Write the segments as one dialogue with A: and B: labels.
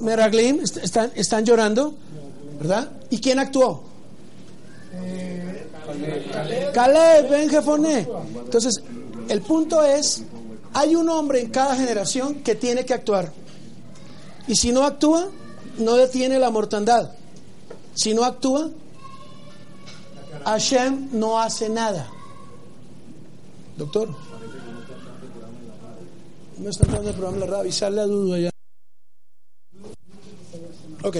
A: Meraglim, est- están, están llorando, ¿verdad? ¿Y quién actuó? Caleb, Ben Jefoné. Entonces, el punto es, hay un hombre en cada generación que tiene que actuar. Y si no actúa, no detiene la mortandad. Si no actúa, Hashem no hace nada. Doctor. No está entrando el programa en la radio. Avisarle a Dudu allá. Ok.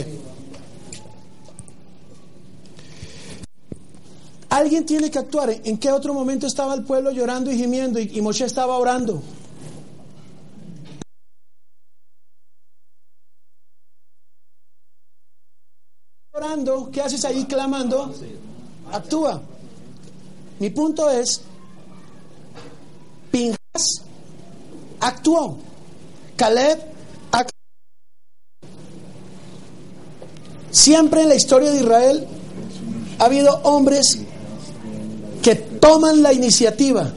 A: Alguien tiene que actuar. ¿En qué otro momento estaba el pueblo llorando y gimiendo y, y Moshe estaba orando? Orando, ¿qué haces ahí clamando? Actúa. Mi punto es, Pinjas actuó. Caleb actuó. Siempre en la historia de Israel ha habido hombres que toman la iniciativa.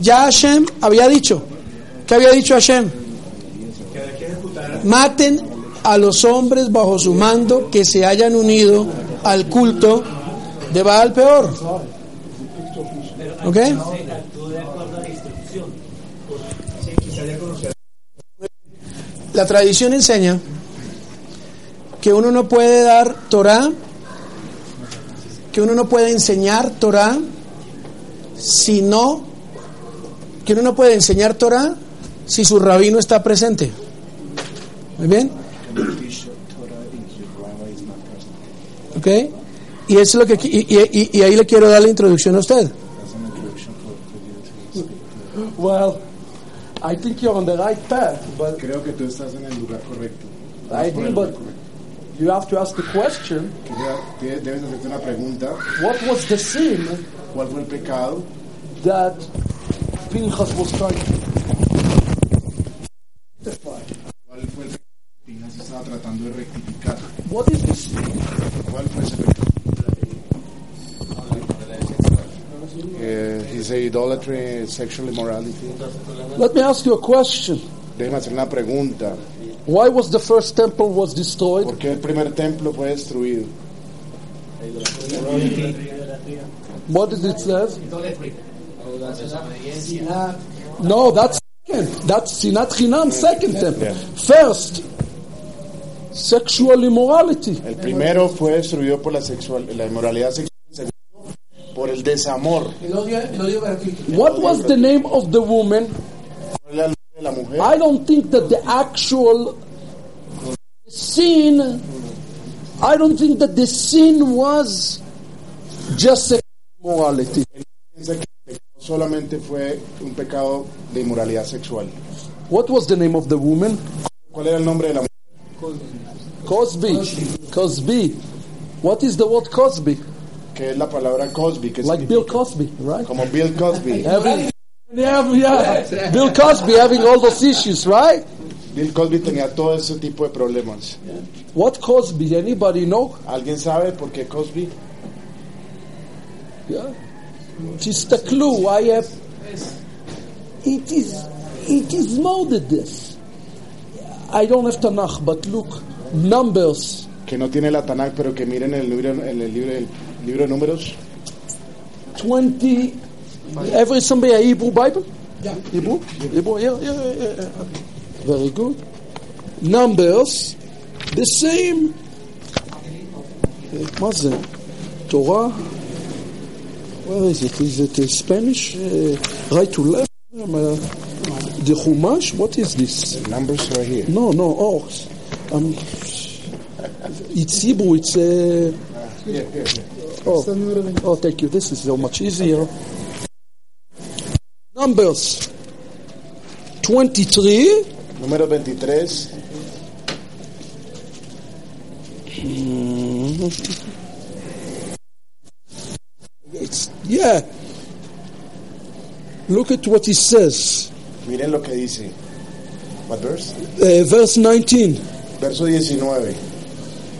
A: Ya Hashem había dicho, ¿qué había dicho Hashem? Maten a los hombres bajo su mando que se hayan unido al culto de Baal peor. ¿Ok? La tradición enseña que uno no puede dar Torah, que uno no puede enseñar Torah, sino que uno no puede enseñar Torah si su rabino está presente. ¿Muy bien? ¿Ok? Y, es lo que, qui- y, y- y- y ahí le quiero dar la introducción a usted.
B: Well, I think you're on the right path, but
C: Creo que tú estás en el lugar correcto.
B: I
C: Por
B: think
C: el lugar
B: but
C: correcto.
B: you have to ask the question:
C: Que ya te- Debes hacerte una pregunta.
B: What was the sin
C: ¿Cuál fue el pecado?
B: that Pinchas was trying to justify?
C: ¿Cuál fue el pecado que Pinhas estaba tratando de rectificar?
B: What is the sin?
C: ¿Cuál fue ese pecado? Dice Eh, idolatry, sexual immorality.
B: Let me ask you a question:
C: Déjame hacer una pregunta.
B: Why was the first temple was destroyed?
C: ¿Por qué el primer templo fue destruido?
B: What did it say? No, that's second. That's Sinat Chinam, second temple. First, sexual immorality.
C: El primero fue destruido por la, sexual, la inmoralidad sexual. El segundo, por el desamor.
B: What was the name of the woman?
C: ¿Cuál es la luz de la mujer?
B: I don't think that the actual sin, I don't think that the sin was just sexual morality.
C: piensa que el pecado solamente fue un pecado de inmoralidad sexual.
B: What was the name of the woman?
C: ¿Cuál era el nombre de la mujer?
B: Cosby. Cosby. What is the word Cosby?
C: Que es la palabra Cosby, que es
B: Like Bill Cosby, right?
C: como Bill Cosby.
B: Having, yeah, yeah. Bill Cosby having all those issues, right?
C: Bill Cosby tenía todo ese tipo de problemas.
B: What Cosby? Anybody know?
C: ¿Alguien sabe por qué Cosby?
B: Yeah. Just a clue. I have. It is. It is more than this. I don't have Tanakh, but look, numbers.
C: Que no tiene la Tanakh, pero que miren el libro, en el libro, el libro de números.
B: Twenty. Every somebody a Hebrew Bible. Yeah. Hebrew. Hebrew. Yeah, yeah, yeah, yeah, yeah. Very good. Numbers. The same. Eh, מה זה? תורה? Where is it? Is it uh, Spanish? Uh, right to left? Um, uh, the Chumash? What is this?
C: Numbers right here.
B: No, no, oh. Um, it's Hebrew, it's... Uh, oh. oh, thank you. This is so much easier. Numbers 23,
C: Número 23,
B: it's, yeah. Look at what he says.
C: miren lo que dice. What verse?
B: Uh, verse 19.
C: Verso 19.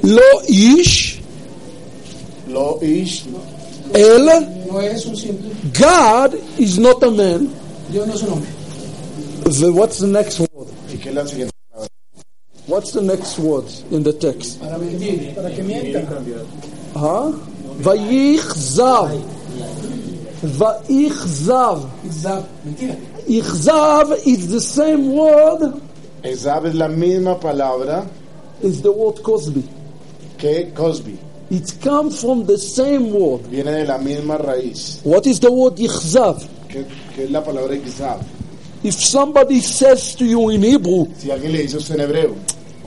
B: Lo ish
C: Lo ish,
B: el
A: No es un simple,
B: God is not a man.
A: Dios no es un hombre.
B: The, what's the next word?
C: y que es la siguiente palabra.
B: What's the next word in the text?
A: Para mentir, para que mientan.
B: Huh? Vayichzav. Vayichzav.
A: Zab, mentira.
B: Ichzav is the same word
C: Esab es la misma palabra
B: as the word Cosby.
C: que Cosby.
B: It comes from the same word.
C: Viene de la misma raíz,
B: What is the word Ichzav?
C: que, que es la palabra Esab.
B: If somebody says to you in Hebrew,
C: Si alguien le dice a usted en hebreo,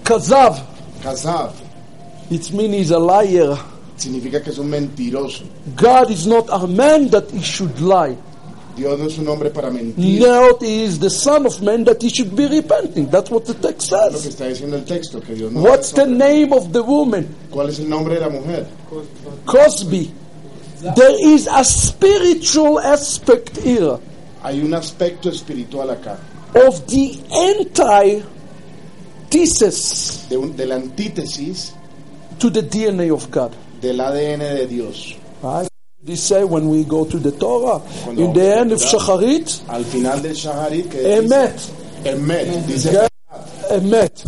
B: Kazav,
C: Kazab,
B: it means he's a liar.
C: significa que es un mentiroso.
B: God is not a man that he should lie.
C: Dios no es un hombre para mentir.
B: Nor he is the son of man that he should be repenting. That's what the text
C: Lo que
B: says.
C: está diciendo el texto, que Dios no
B: What's
C: es
B: the
C: hombre.
B: name of the woman?
C: ¿Cuál es el nombre de la mujer?
B: Cosby. There is a spiritual aspect here
C: Hay un aspecto espiritual acá,
B: of the anti thesis
C: de, un- de la antítesis
B: to the DNA of God.
C: del ADN de Dios.
B: Right? They say when we go to the Torah,
C: Cuando
B: in the end of
C: vamos a
B: Shacharit,
C: Al final del Shaharit, que
B: Emet.
C: dice, Emet, dice
B: Yeah. אמת.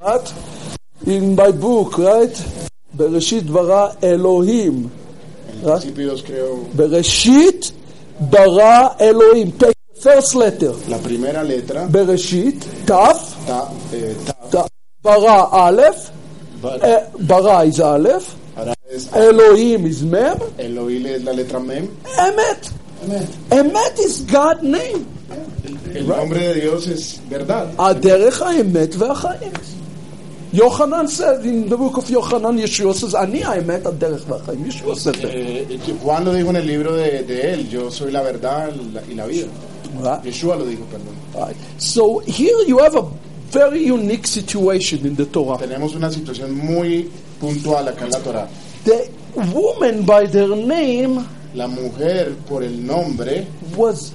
B: Right? In my book, right? בראשית ברא אלוהים.
C: En
B: Right?
C: principio Dios creó
B: בראשית ברא אלוהים. Take the first letter.
C: la primera letra,
B: בראשית, ת',
C: ta, eh, ta,
B: ת', ברא א',
C: bar-
B: אה, ברא is א',
C: ahora es,
B: אלוהים is מ',
C: Elohim es la letra Mem.
B: אמת. אמת is God name.
C: El nombre de Dios es verdad.
B: הדרך, האמת והחיים. יוחנן said in the book of יוחנן, ישוע says, אני האמת, הדרך והחיים. ישוע said that.
C: Eh, y Juan lo dijo en el libro de, de él, yo soy la verdad la- y la vida.
B: Right?
C: Yeshua lo dijo, perdón.
B: Right. So here you have a very unique situation in the Torah.
C: Tenemos una situación muy puntual acá en la Torah.
B: The woman by their name
C: La mujer por el nombre
B: was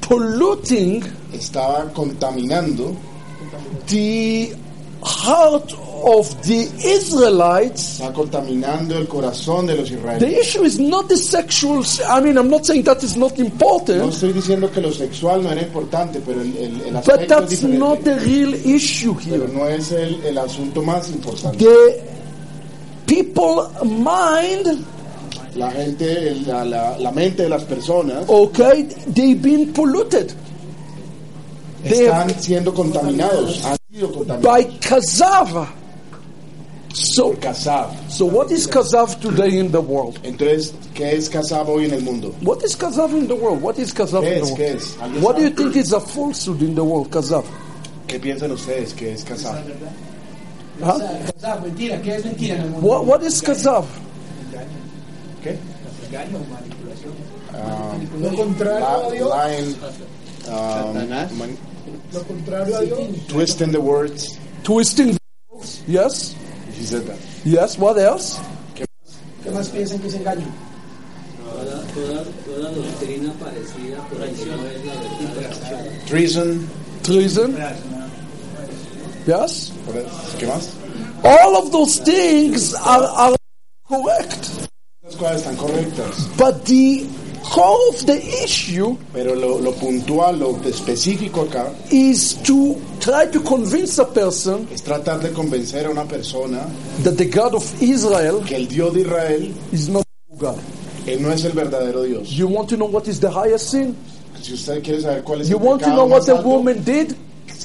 B: polluting
C: estaba contaminando
B: the heart of the Israelites.
C: está contaminando el corazón de los israelíes.
B: The issue is not the sexual. s- I mean, I'm not saying that is not
C: No
B: important,
C: estoy diciendo que lo sexual no era importante, pero el, el- el
B: but
C: aspecto es
B: that's not
C: diferente.
B: the real issue
C: Pero
B: here.
C: no es el, el asunto más importante.
B: The people mind,
C: La gente, el- la, la- la mente de las personas
B: okay, they've been polluted. They have
C: están siendo contaminados, han sido contaminados.
B: by kazav. So,
C: Kazab.
B: so what is kazav today in the world?
C: Entonces, ¿qué es Kazab hoy en el mundo?
B: What is kazav in the world? What is kazav
C: ¿Qué
B: in
C: es?
B: the world?
C: ¿Qué es? ¿Alguien
B: What do you
C: sabe?
B: think is a falsehood in the world, kazav?
C: ¿Qué piensan ustedes? ¿Qué es Kazab?
B: Huh?
A: Zab, mentira, ¿qué es mentira en el mundo?
B: What, what is kazav?
C: ¿Qué?
A: Lo contrario
C: La-
A: a Dios.
C: lying, um, man-
A: Lo contrario a Dios.
C: twisting the words.
B: Twisting. Yes.
C: He said that.
B: Yes. What else?
A: ¿Qué más piensan que es engaño?
D: Toda, toda, toda doctrina parecida por ahí no es la verdad.
C: Treason.
B: Treason. Yes.
C: ¿Qué más?
B: All of those things are, are correct,
C: Las cosas están correctas,
B: but the core of the issue
C: pero lo, lo puntual, lo específico acá
B: is to try to convince a person
C: es tratar de convencer a una persona
B: that the God of Israel
C: que el Dios de Israel,
B: is not true God.
C: él no es el verdadero Dios.
B: You want to know what is the highest sin?
C: Si usted quiere saber cuál es
B: You
C: el
B: want to
C: pecado
B: know what
C: más
B: the
C: alto,
B: woman did?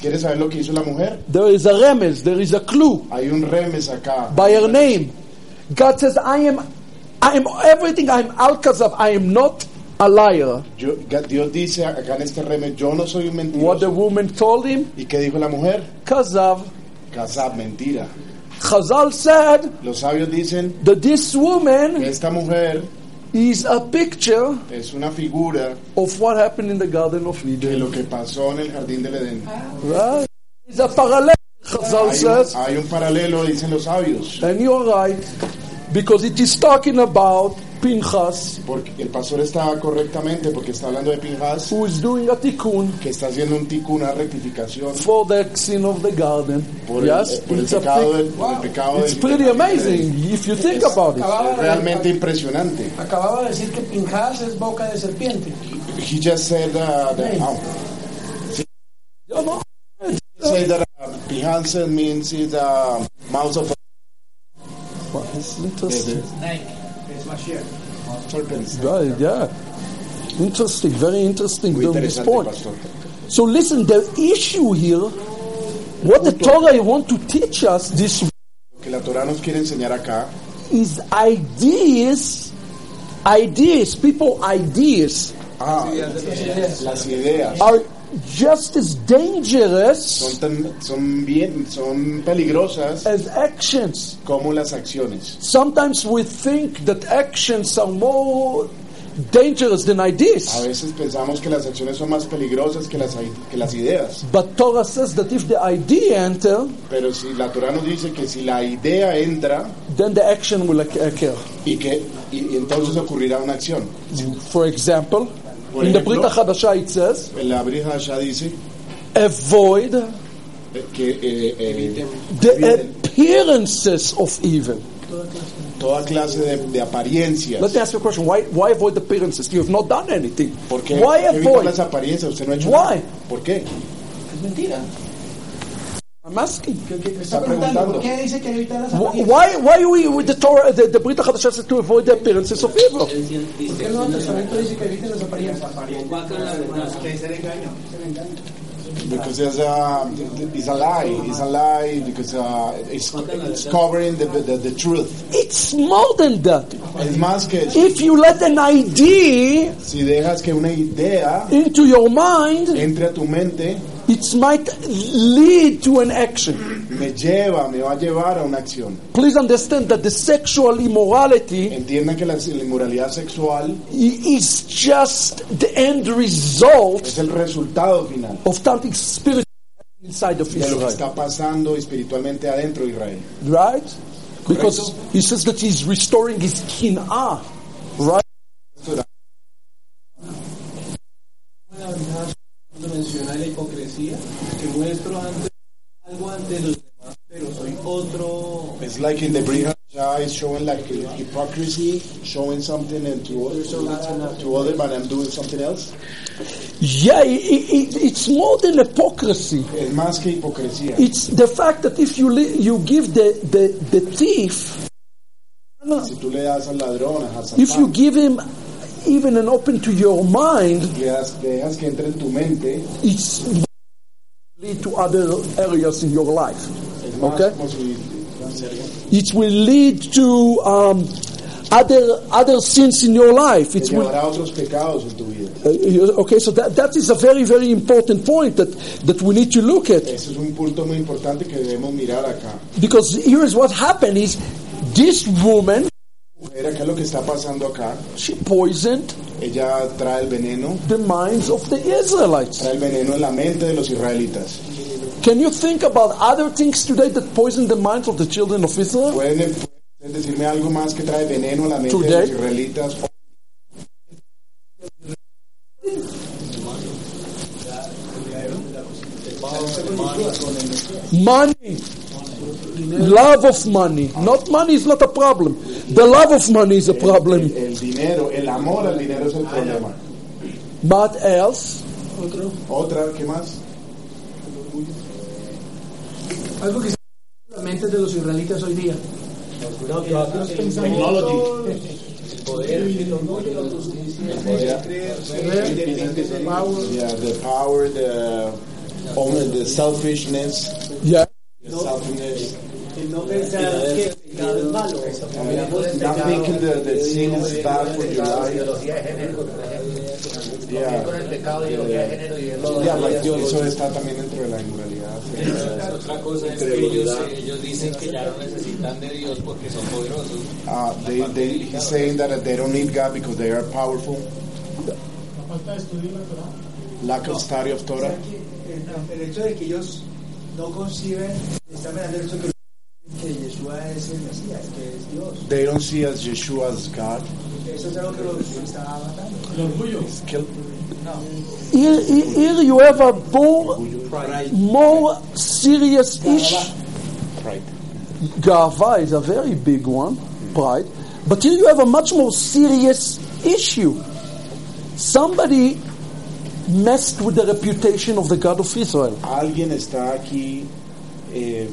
C: quiere saber lo que hizo la mujer,
B: There is a remez, there is a clue
C: hay un remes acá.
B: by her name. God says, I am I am everything, I am Alcazab, I am not a liar.
C: Yo- Dios dice acá en este remes, yo no soy un
B: What the
C: mentiroso.
B: woman told him,
C: ¿Y qué dijo la mujer?
B: Kazav.
C: Kazab, mentira.
B: Chazal said
C: Los sabios dicen
B: that this
C: que
B: woman
C: esta mujer
B: is a picture
C: es una figura
B: of what happened in the Garden of
C: de
B: Eden.
C: lo que pasó en el jardín del Edén.
B: Right? It's a parallel, Chazal
C: Hay un,
B: says.
C: hay un paralelo, dicen los sabios.
B: And you're right, because it is talking about Pinchas,
C: Porque el pastor estaba correctamente porque está hablando de Pinjas,
B: who is doing a tikkun
C: que está haciendo un tico, una rectificación
B: for the sin of the garden.
C: por,
B: yes,
C: el, eh, por el
B: it's, a
C: pecado
B: pic-
C: del, por el pecado
B: it's
C: del-
B: pretty
C: del-
B: amazing if you think
C: Es-
B: about it.
C: Es realmente impresionante.
A: Acababa de decir que Pinjas es boca de serpiente.
C: He just said uh, that, oh,
B: You know?
C: he said that, uh, Pinhas Hansen means it, uh, mouth of
B: Well, it's interesting.
C: serpents.
B: Right, yeah. Interesting, very interesting
C: Muy
B: on this
C: interesante,
B: point.
C: pastor.
B: So listen, the issue here, what the Torah want to teach us this
C: Lo que la Torah nos quiere enseñar acá
B: is ideas, ideas, people ideas
C: ah, las ideas
B: are just as dangerous
C: son, tan- son bien, son peligrosas
B: as actions.
C: como las acciones.
B: Sometimes we think that actions are more dangerous than
C: A
B: ideas.
C: veces pensamos que las acciones son más peligrosas que las, i- que las ideas,
B: But Torah says that if the idea enter,
C: pero si la Torah nos dice que si la idea entra
B: then the action will oc- occur.
C: y que y- y entonces ocurrirá una acción.
B: For example,
C: Por
B: in the
C: ejemplo.
B: Brit HaChadashah it says,
C: La Brija ya dice
B: avoid
C: eh, que eh, eh,
B: the appearances of evil.
C: toda clase de, de apariencias.
B: Let me ask you a question. Why, why avoid appearances? You have not done anything.
C: ¿Por qué
B: Why
C: evitar las
B: avoid?
C: apariencias? Usted no ha hecho
B: Why?
C: nada. ¿Por qué?
B: I'm asking.
C: Está preguntando.
B: Wh- Why, why we, with the Torah, the, the Brit HaChadashah says to avoid the appearances of evil?
D: El Nuevo Testamento dice que eviten las apariencias. Opacan la verdad.
C: Because it's a, it's a lie. It's a lie because uh, it's, it's covering the, the, the truth.
B: It's more than that.
C: Es más que eso.
B: If you let an idea
C: si dejas que una idea
B: into your mind,
C: entre a tu mente,
B: it might lead to an action.
C: me lleva, me va a llevar a una acción.
B: Please understand that the sexual immorality
C: Entiendan que la, la inmoralidad sexual
B: is just the end result
C: es el resultado final
B: of something spiritual inside of
C: de lo que
B: Israel.
C: está pasando espiritualmente adentro de Israel.
B: Right? Because he says that he's restoring his kinah. Right?
D: Cuando menciona la hipocresía, que muestro ante- algo ante los demás, pero soy otro.
C: It's like in the Brihad is showing like hypocrisy, showing something and to others, to other, but I'm doing something else.
B: Yeah, i i it, it's more than hypocrisy.
C: Es más que hipocresía.
B: It's the fact that if you li- you give the, the, the thief,
C: Si tú le das al ladrón, a
B: if you
C: Hasatán,
B: give him even an open to your mind,
C: le das, dejas que entre en tu mente,
B: it's lead to other areas in your life.
C: es más
B: Okay?
C: como si... en serio.
B: It will lead to um, other other sins in your life.
C: Te
B: It will
C: llevará a otros pecados en tu vida.
B: Uh, you- Okay, so that, that is a very, very important point that, that we need to look at.
C: Ese es un punto muy importante que debemos mirar acá.
B: Because here is what happened is this woman,
C: Mujer, acá lo que está pasando acá,
B: she poisoned
C: ella trae el veneno,
B: the minds of the Israelites.
C: trae el veneno en la mente de los israelitas.
B: Can you think about other things today that poison the minds of the children of Israel?
C: ¿Pueden, pueden decirme algo más que trae veneno a la mente de los
B: Today.
C: israelitas?
B: Money. Love of money. Not money is not a problem. The love of money is a problem.
C: El, el dinero, el amor al dinero es el problema.
B: But else,
C: Otra, ¿qué más?
E: Algo que se en la mente de los israelitas hoy día.
C: Yeah, the power, the, the selfishness,
B: yeah,
C: the selfishness.
D: No pensar que el pecado es malo.
C: Not thinking that the sin is bad for your life. Yeah. Yeah, like, eso está también dentro de la inmoralidad.
D: Otra cosa es que ellos, ellos dicen que ya no necesitan de Dios porque son poderosos.
C: Uh, they, they, he's saying that they don't need God because they are powerful. Lack of study of Torah.
F: Eh, no, el hecho de que ellos no conciben, están mirando el hecho de que, que Yeshua es el Mesías, que es Dios.
C: They don't see as Yeshua as God.
F: Eso es algo que los está matando.
C: He's killed.
B: here, here here you have a more, more serious issue.
C: Right.
B: Gava is a very big one, pride. But here you have a much more serious issue. Somebody messed with the reputation of the God of Israel.
C: Alguien está aquí eh,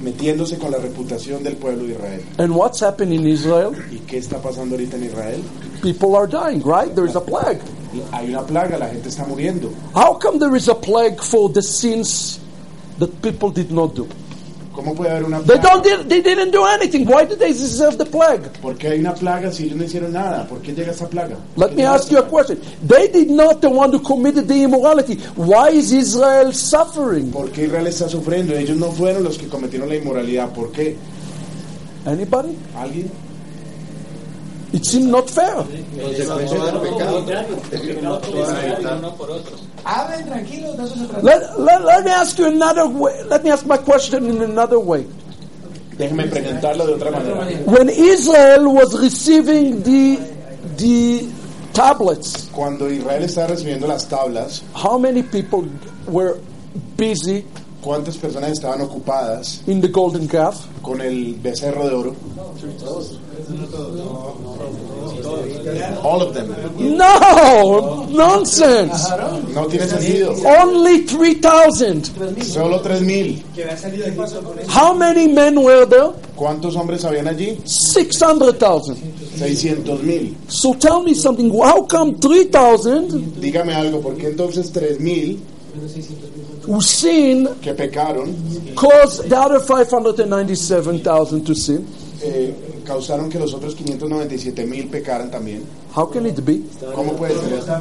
C: metiéndose con la reputación del pueblo de Israel.
B: And what's happened in Israel?
C: ¿Y qué está pasando ahorita en Israel?
B: People are dying, right? There is a plague.
C: Hay una plaga, la gente está muriendo.
B: How come there is a plague for the sins that people did not do?
C: ¿Cómo puede haber una
B: They don't.
C: plaga?
B: Did, they didn't do anything. Why did they deserve the plague?
C: ¿Por qué hay una plaga si ellos no hicieron nada? ¿Por qué llega esa plaga?
B: Let me ask you a question. They did not the one who committed the immorality. Why is Israel suffering?
C: ¿Por qué Israel está sufriendo? Ellos no fueron los que cometieron la inmoralidad. ¿Por qué?
B: Anybody?
C: ¿Alguien?
B: It seemed not fair.
F: Hablen tranquilos, de eso se trata.
B: Let, let, let me ask you another way. Let me ask my question in another way.
C: Déjeme preguntarlo de otra manera.
B: When Israel was receiving the the tablets,
C: Cuando Israel estaba recibiendo las tablas,
B: how many people were busy
C: ¿cuántas personas estaban ocupadas
B: in the golden calf?
C: con el becerro de oro? All of them.
B: No, nonsense.
C: No tiene sentido.
B: Only three thousand.
C: Solo 3.000.
B: How many men were there?
C: ¿Cuántos hombres habían allí?
B: 600,000.
C: 600.000.
B: So tell me something. How come 3,000
C: Dígame algo, ¿por qué entonces 3.000
B: who sin
C: que pecaron
B: caused the other 597,000 to sin?
C: eh, causaron que los otros 597.000 pecaran también?
B: How can it be?
C: ¿Cómo puede ser eso?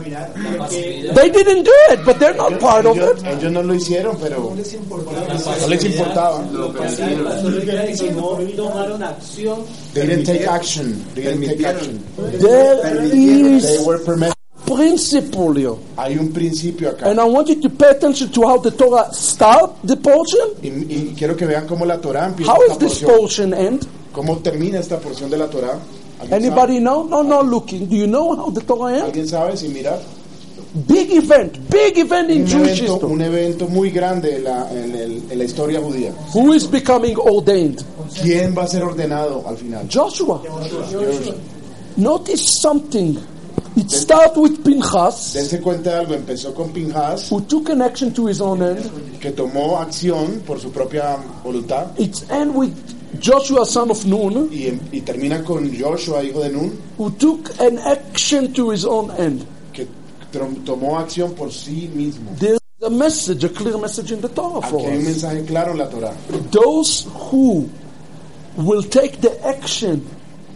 B: They didn't do it, but they're not part of
C: Ellos,
B: it.
C: ellos no lo hicieron, pero no les importaba.
D: tomaron acción.
C: They didn't take action. They didn't take action.
B: There
C: They
B: is
C: were permitted.
B: principle here.
C: Hay un principio acá.
B: And I want you to pay attention to how the Torah start the portion.
C: Y, y quiero que vean cómo la Torah empieza
B: How is
C: esta
B: this
C: porción.
B: portion end?
C: ¿Cómo termina esta porción de la Torah? ¿Alguien
B: Anybody know? No, no, looking. Do you know how the Torah
C: sabe?
B: end?
C: ¿Alguien sabe? Sí, mira.
B: Big event. Big event in
C: Un
B: Jewish
C: evento,
B: history.
C: un evento muy grande en la, en el- en la historia judía.
B: Who is becoming ordained?
C: ¿Quién va a ser ordenado al final?
B: Joshua.
C: Dios.
B: Notice something. It starts with Pinchas,
C: Dense cuenta de algo. Empezó con Pinjas,
B: who took an action to his own end.
C: que tomó acción por su propia voluntad.
B: It ends with Joshua, son of Nun,
C: Y, en- y termina con Joshua, hijo de Nun,
B: who took an action to his own end.
C: que trom- tomó acción por sí mismo.
B: There's a message, a clear message in the Torah
C: Aquí
B: for
C: hay un
B: us.
C: mensaje claro en la Torah.
B: Those who will take the action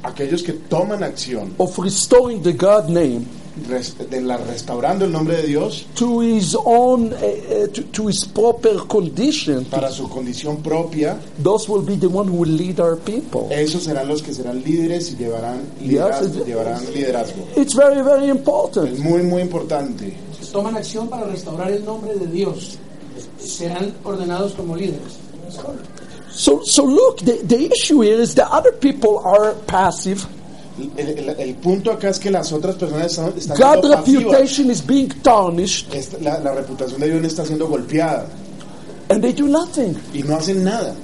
C: Aquellos que toman acción
B: of restoring the God name
C: res- de la, restaurando el nombre de Dios
B: to his own, uh, uh, to, to his proper condition,
C: para su condición propia,
B: those will be the one who will lead our people.
C: esos serán los que serán líderes y llevarán liderazgo.
B: Yes.
C: Llevarán liderazgo.
B: It's very, very
C: Es
B: important.
C: muy, muy importante.
E: Toman acción para restaurar el nombre de Dios. Serán ordenados como líderes.
B: So, so look, the, the issue here is that other people are passive.
C: El, el- el punto acá es que las otras personas están, están
B: God's
C: siendo pasivas.
B: reputation is being tarnished,
C: Esta- La, la reputación de Dios está siendo golpeada
B: and they do nothing.
C: y no hacen nada.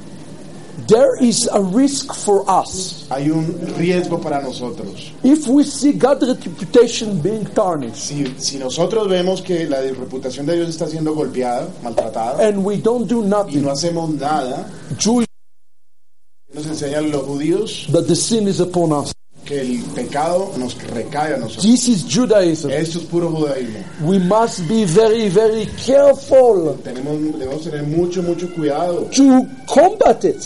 B: There is a risk for us
C: Hay un riesgo para nosotros.
B: if we see God's reputation being tarnished
C: Si, si nosotros vemos que la reputación de Dios está siendo golpeada, maltratada,
B: and we don't do
C: y no
B: nothing.
C: hacemos nada,
B: Jewish,
C: nos enseñan los judíos
B: that the sin is upon us.
C: que el pecado nos recae a nosotros.
B: This is Judaism.
C: Esto es puro judaísmo.
B: We must be very, very careful
C: Tenemos, debemos tener mucho, mucho cuidado
B: to combat it.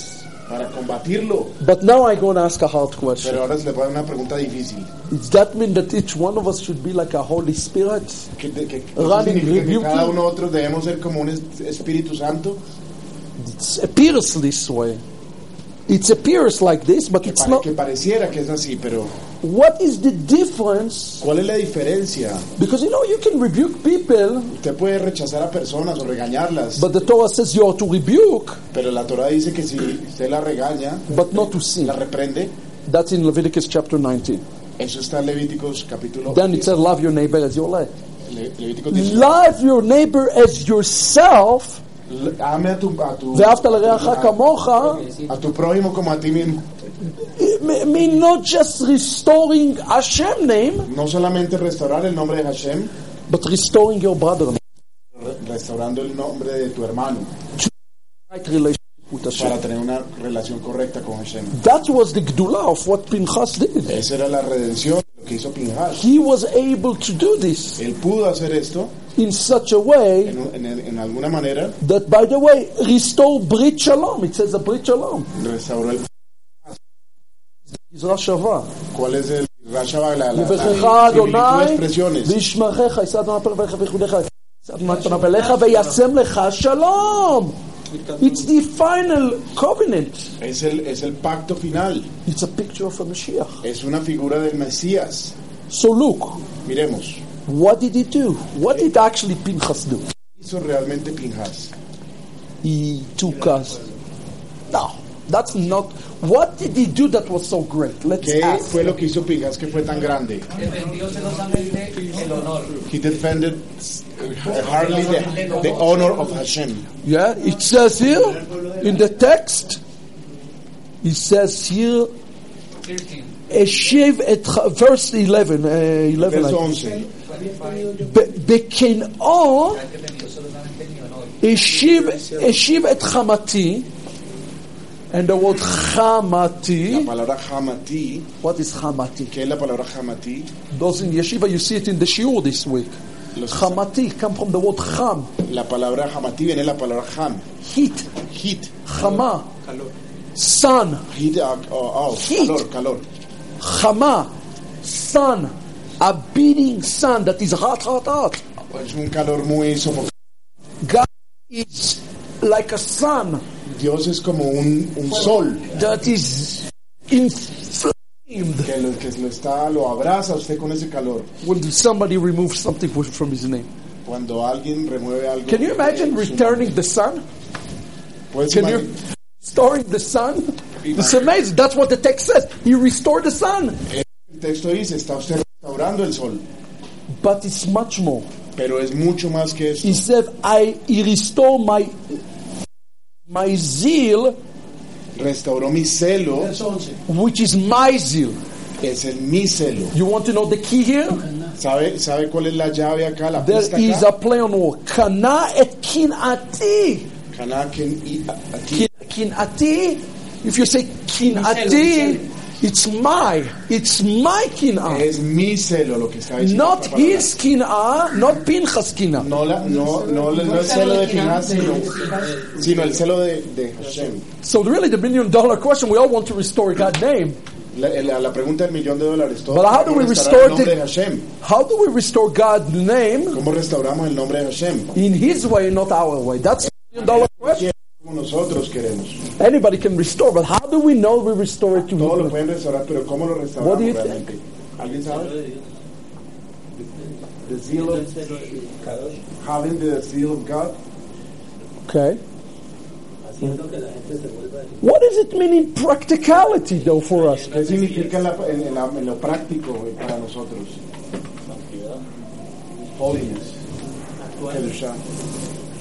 C: para combatirlo.
B: But now I'm going to ask a hard question.
C: Pero ahora se le pone una pregunta difícil.
B: Does that mean that each one of us should be like a Holy Spirit?
C: ¿Qué, qué- qué- qué
B: Running
C: significa que
B: rebuke.
C: cada uno de nosotros debemos ser como un es- Espíritu Santo?
B: It appears this way. It appears like this, but
C: Que,
B: it's
C: pare-
B: not.
C: que pareciera que es así, pero
B: What is the difference?
C: ¿cuál es la diferencia?
B: Because you know, you can rebuke people,
C: Usted puede rechazar a personas o regañarlas,
B: but the Torah says you are to rebuke,
C: pero la Torah dice que si usted la regaña,
B: but not to
C: la
B: sin.
C: reprende,
B: That's in Leviticus chapter 19.
C: eso está en Levíticos capítulo
B: Then it says, Love your neighbor as your life.
C: Le- Levíticos 19.
B: Love your neighbor as yourself.
C: L- Ame a tu, a tu,
B: ואהבת לרעך כמוך,
C: a tu prójimo como a ti mismo.
B: it may- mean not just restoring Hashem name,
C: No solamente restaurar el nombre de Hashem,
B: but restoring your brother.
C: re- restaurando el nombre de tu hermano.
B: right relationship with
C: para
B: Hashem.
C: tener una relación correcta con Hashem.
B: That was the gdula of what Pinchas did.
C: Esa era la redención, lo que hizo Pinhas.
B: He was able to do this
C: Él pudo hacer esto
B: in such a way
C: en, un- en- en alguna manera,
B: that, by the way, restore Brit Shalom. It says a Brit Shalom.
C: restauró el.
B: Yizra Shava.
C: ¿Cuál es el Rashaba? La, la, la-
B: יברכך
C: la similitud de
B: אדוני
C: expresiones.
B: וישמרך, יישא אדוני פניך ויחונך, יישא אדוני פניך ויעצם לך שלום. It's the final covenant.
C: Es el, es el pacto final,
B: It's a picture of a Mashiach.
C: es una figura del Mesías.
B: So look,
C: Miremos,
B: what did he do? What did actually Pinchas do?
C: hizo realmente Pinhas.
B: He took us. No, that's not. What did he do that was so great? Let's
C: ¿Qué
B: ask.
C: fue lo que hizo Pinhas que fue tan grande?
D: Defendió celosamente el honor.
C: He defended uh, hardly the, the honor of Hashem.
B: Yeah, it says here in the text. It says here,
D: 13.
B: Eshiv et ch- verse 11, uh, 11
C: Verso
B: I-
C: 11.
B: Be- בקנאו
D: Defendió solamente mi honor.
B: השיב, השיב את חמתי, and the word
C: La
B: חמתי,
C: palabra Hamati,
B: what is חמתי?
C: ¿qué es la palabra Hamati?
B: Those in yeshiva, you see it in the shiur this week.
C: Los-
B: חמתי come from the word חם,
C: La palabra Hamati viene de la palabra Ham.
B: heat,
C: Heat.
B: חמה, sun,
C: Heat, uh, oh, oh,
B: Heat.
C: calor, calor.
B: חמה, sun, a beating sun that is hot, hot, hot.
C: Es un calor muy sofocante.
B: God is like a sun
C: Dios es como un, un sol
B: that is inflamed.
C: que lo, que lo está, lo abraza a usted con ese calor.
B: When somebody removes something from his name.
C: Cuando alguien remueve algo.
B: Can you imagine
C: de su-
B: returning the sun?
C: Puedes
B: Can
C: imagin-
B: you restoring the sun? It's amazing. That's what the text says. He restored the sun.
C: El texto dice, está usted restaurando el sol,
B: But it's much more.
C: pero es mucho más que eso.
B: He said, I he restore my my zeal,
C: Restauró mi celo,
B: which is my zeal.
C: ese es mi celo.
B: You want to know the key here?
C: ¿Sabe, ¿Sabe cuál es la llave acá? La
B: There
C: pista
B: is a
C: acá.
B: play on word. Kana et kinati.
C: Kanaken y aquí.
B: Kin- Kinati. If you say kinati, it's my. It's my kinah.
C: Es mi celo lo que está diciendo.
B: Not
C: esta palabra.
B: his kinah, not Pinchas kinah.
C: No, la, no, no, no el celo de Pinhas, sino, sino el celo de, de Hashem.
B: So really, the million dollar question: We all want to restore God's name.
C: La, la, la pregunta del millón de dólares. ¿todo
B: But how do
C: ¿Cómo
B: we
C: restaurar el
B: restore the-
C: nombre de Hashem?
B: How do we restore God's name
C: ¿Cómo restauramos el nombre de Hashem?
B: in His way, not our way? That's the million dollar question.
C: Como nosotros queremos.
B: Anybody can restore, but how do we know we restore it to
C: Todo lo
B: Him?
C: pueden restaurar, pero ¿cómo lo
B: What do you
C: restauramos
B: think?
C: realmente? ¿Alguien sabe? The seal of having the seal of God.
B: Okay. What does it mean in practicality, though, for us?
C: ¿Qué significa en, la- en- en la- en lo práctico eh, para nosotros? Holiness. Kedusha.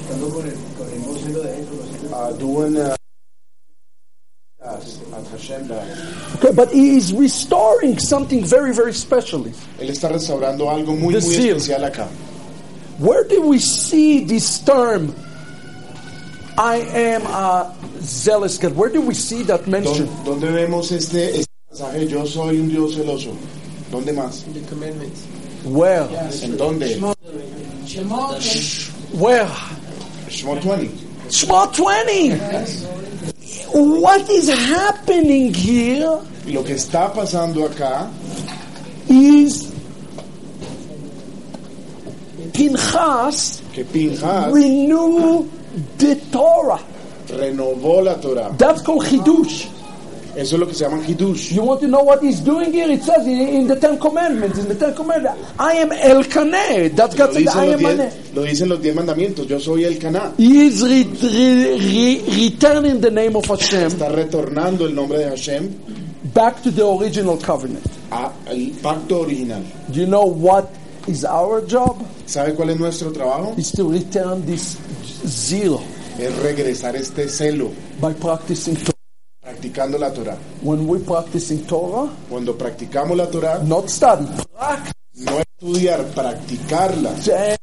F: Estando con el, con el vocero de él, con los celos.
C: Uh, doing uh, as- as Hashem does.
B: Okay, but He is restoring something very, very special.
C: Él está restaurando algo muy,
B: The
C: muy
B: seal.
C: especial acá.
B: Where do we see this term? I am a zealous God. Where do we see that
C: ¿Dó-
B: mentioned?
C: ¿Dónde vemos este, este pasaje? Yo soy un Dios celoso. ¿Dónde más?
B: Where?
C: ¿En dónde?
B: Where?
C: Shemot 20.
B: Small 20. What is happening here
C: Lo que está pasando acá,
B: is Pinchas
C: que Pinhas
B: renew the Torah.
C: renovó la Torah.
B: That's called Chidush.
C: Eso es lo que se llama Hidush.
B: You want to know what he's doing here? It says in, in the Ten Commandments, in the Ten Commandments, I am El Kaneh. That's
C: Lo
B: God said, I
C: dicen, los
B: am Maneh.
C: diez, lo dicen los diez mandamientos. Yo soy el Caná.
B: He is re- re- re- returning the name of Hashem
C: Está retornando el nombre de Hashem
B: back to the original covenant.
C: a- al pacto original.
B: Do you know what is our job?
C: ¿Sabe cuál es nuestro trabajo?
B: is to return this zeal
C: Es regresar este celo
B: by practicing Torah.
C: practicando la Torah.
B: When we're practicing Torah,
C: Cuando practicamos la Torah,
B: not study, practice,
C: no estudiar, practicarla.
B: and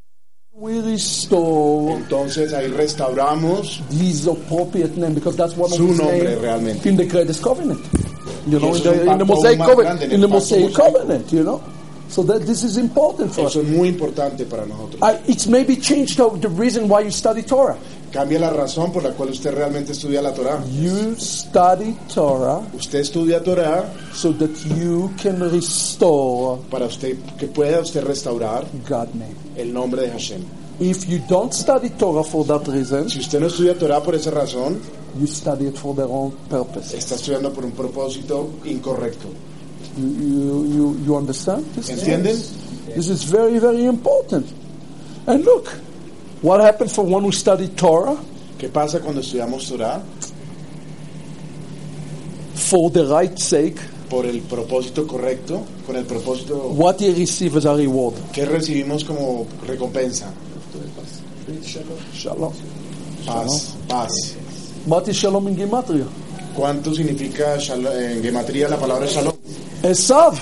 B: we Cristo,
C: Entonces ahí restauramos
B: his appropriate name, because that's one of
C: Su
B: his
C: nombre
B: name
C: realmente.
B: in the greatest covenant. You know, in
C: eso es un
B: the, in the
C: pacto
B: Mosaic
C: más
B: covenant,
C: grande, en
B: in
C: el
B: the
C: pacto
B: Mosaic
C: mosaico.
B: covenant, you know. So that this is important for us.
C: Eso es muy importante para nosotros.
B: I, it's maybe changed the the reason why you study Torah.
C: Cambia la razón por la cual usted realmente estudia la Torah.
B: You study Torah
C: Usted estudia Torah
B: so that you can restore
C: para usted que pueda usted restaurar
B: God's name.
C: el nombre de Hashem.
B: If you don't study Torah for that reason,
C: Si usted no estudia Torah por esa razón,
B: you study it for the wrong purpose.
C: está estudiando por un propósito incorrecto.
B: You, you, you, you understand? This,
C: ¿Entienden?
B: this is very, very important. And look, what happened for one who studied Torah
C: ¿Qué pasa cuando estudiamos Torah?
B: for the right sake?
C: Por el propósito correcto, con el propósito
B: What he receives as a reward.
C: que recibimos como recompensa.
B: Shalom.
C: Paz, paz.
B: What is shalom in Gematria?
C: ¿Cuánto significa shalo- en gematría la palabra shalom?
B: Esav.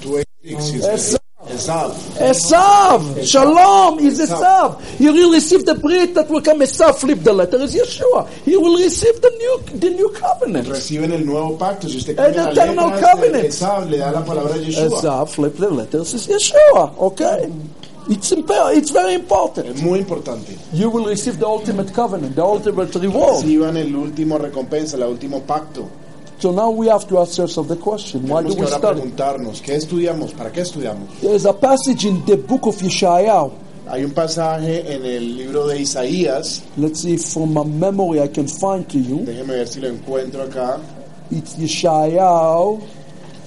C: Tú eh,
B: Esav.
C: existes. Esav.
B: Esav. Shalom is Esav. He will receive the bread that will come. Esav, flip the letter, is Yeshua. He will receive the new, the new covenant.
C: Reciben el nuevo pacto. Si usted
B: And
C: cambia
B: the eternal
C: letra, este,
B: covenant.
C: Esav le da la palabra Yeshua.
B: Esav, flip the letters, is Yeshua. Okay? It's, imp- it's very important.
C: Es muy importante.
B: You will receive the ultimate covenant, the ultimate reward.
C: Reciban el último recompensa, el último pacto.
B: So now we have to ask ourselves the question why do
C: Tenemos que
B: we
C: ahora
B: study?
C: preguntarnos, ¿qué estudiamos? ¿Para qué estudiamos?
B: There is a passage in the book of Yeshayahu.
C: Hay un pasaje en el libro de Isaías,
B: Let's see if from my memory I can find to you.
C: déjeme ver si lo encuentro acá,
B: It's Yeshayahu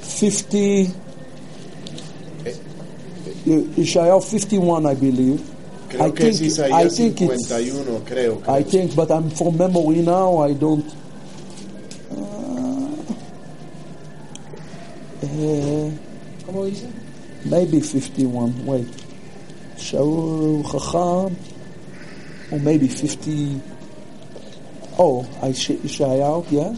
B: 50. Yeshayahu 51, I believe.
C: creo
B: I
C: que es
B: think, I
C: Isaías
B: think it's
C: 51, creo. creo.
B: I think, but I'm from memory now. I don't. Uh,
E: ¿Cómo dice?
B: maybe 51. Wait, Shaul Chacham, or maybe 50. Oh, I sh- Yeshayahu, yeah.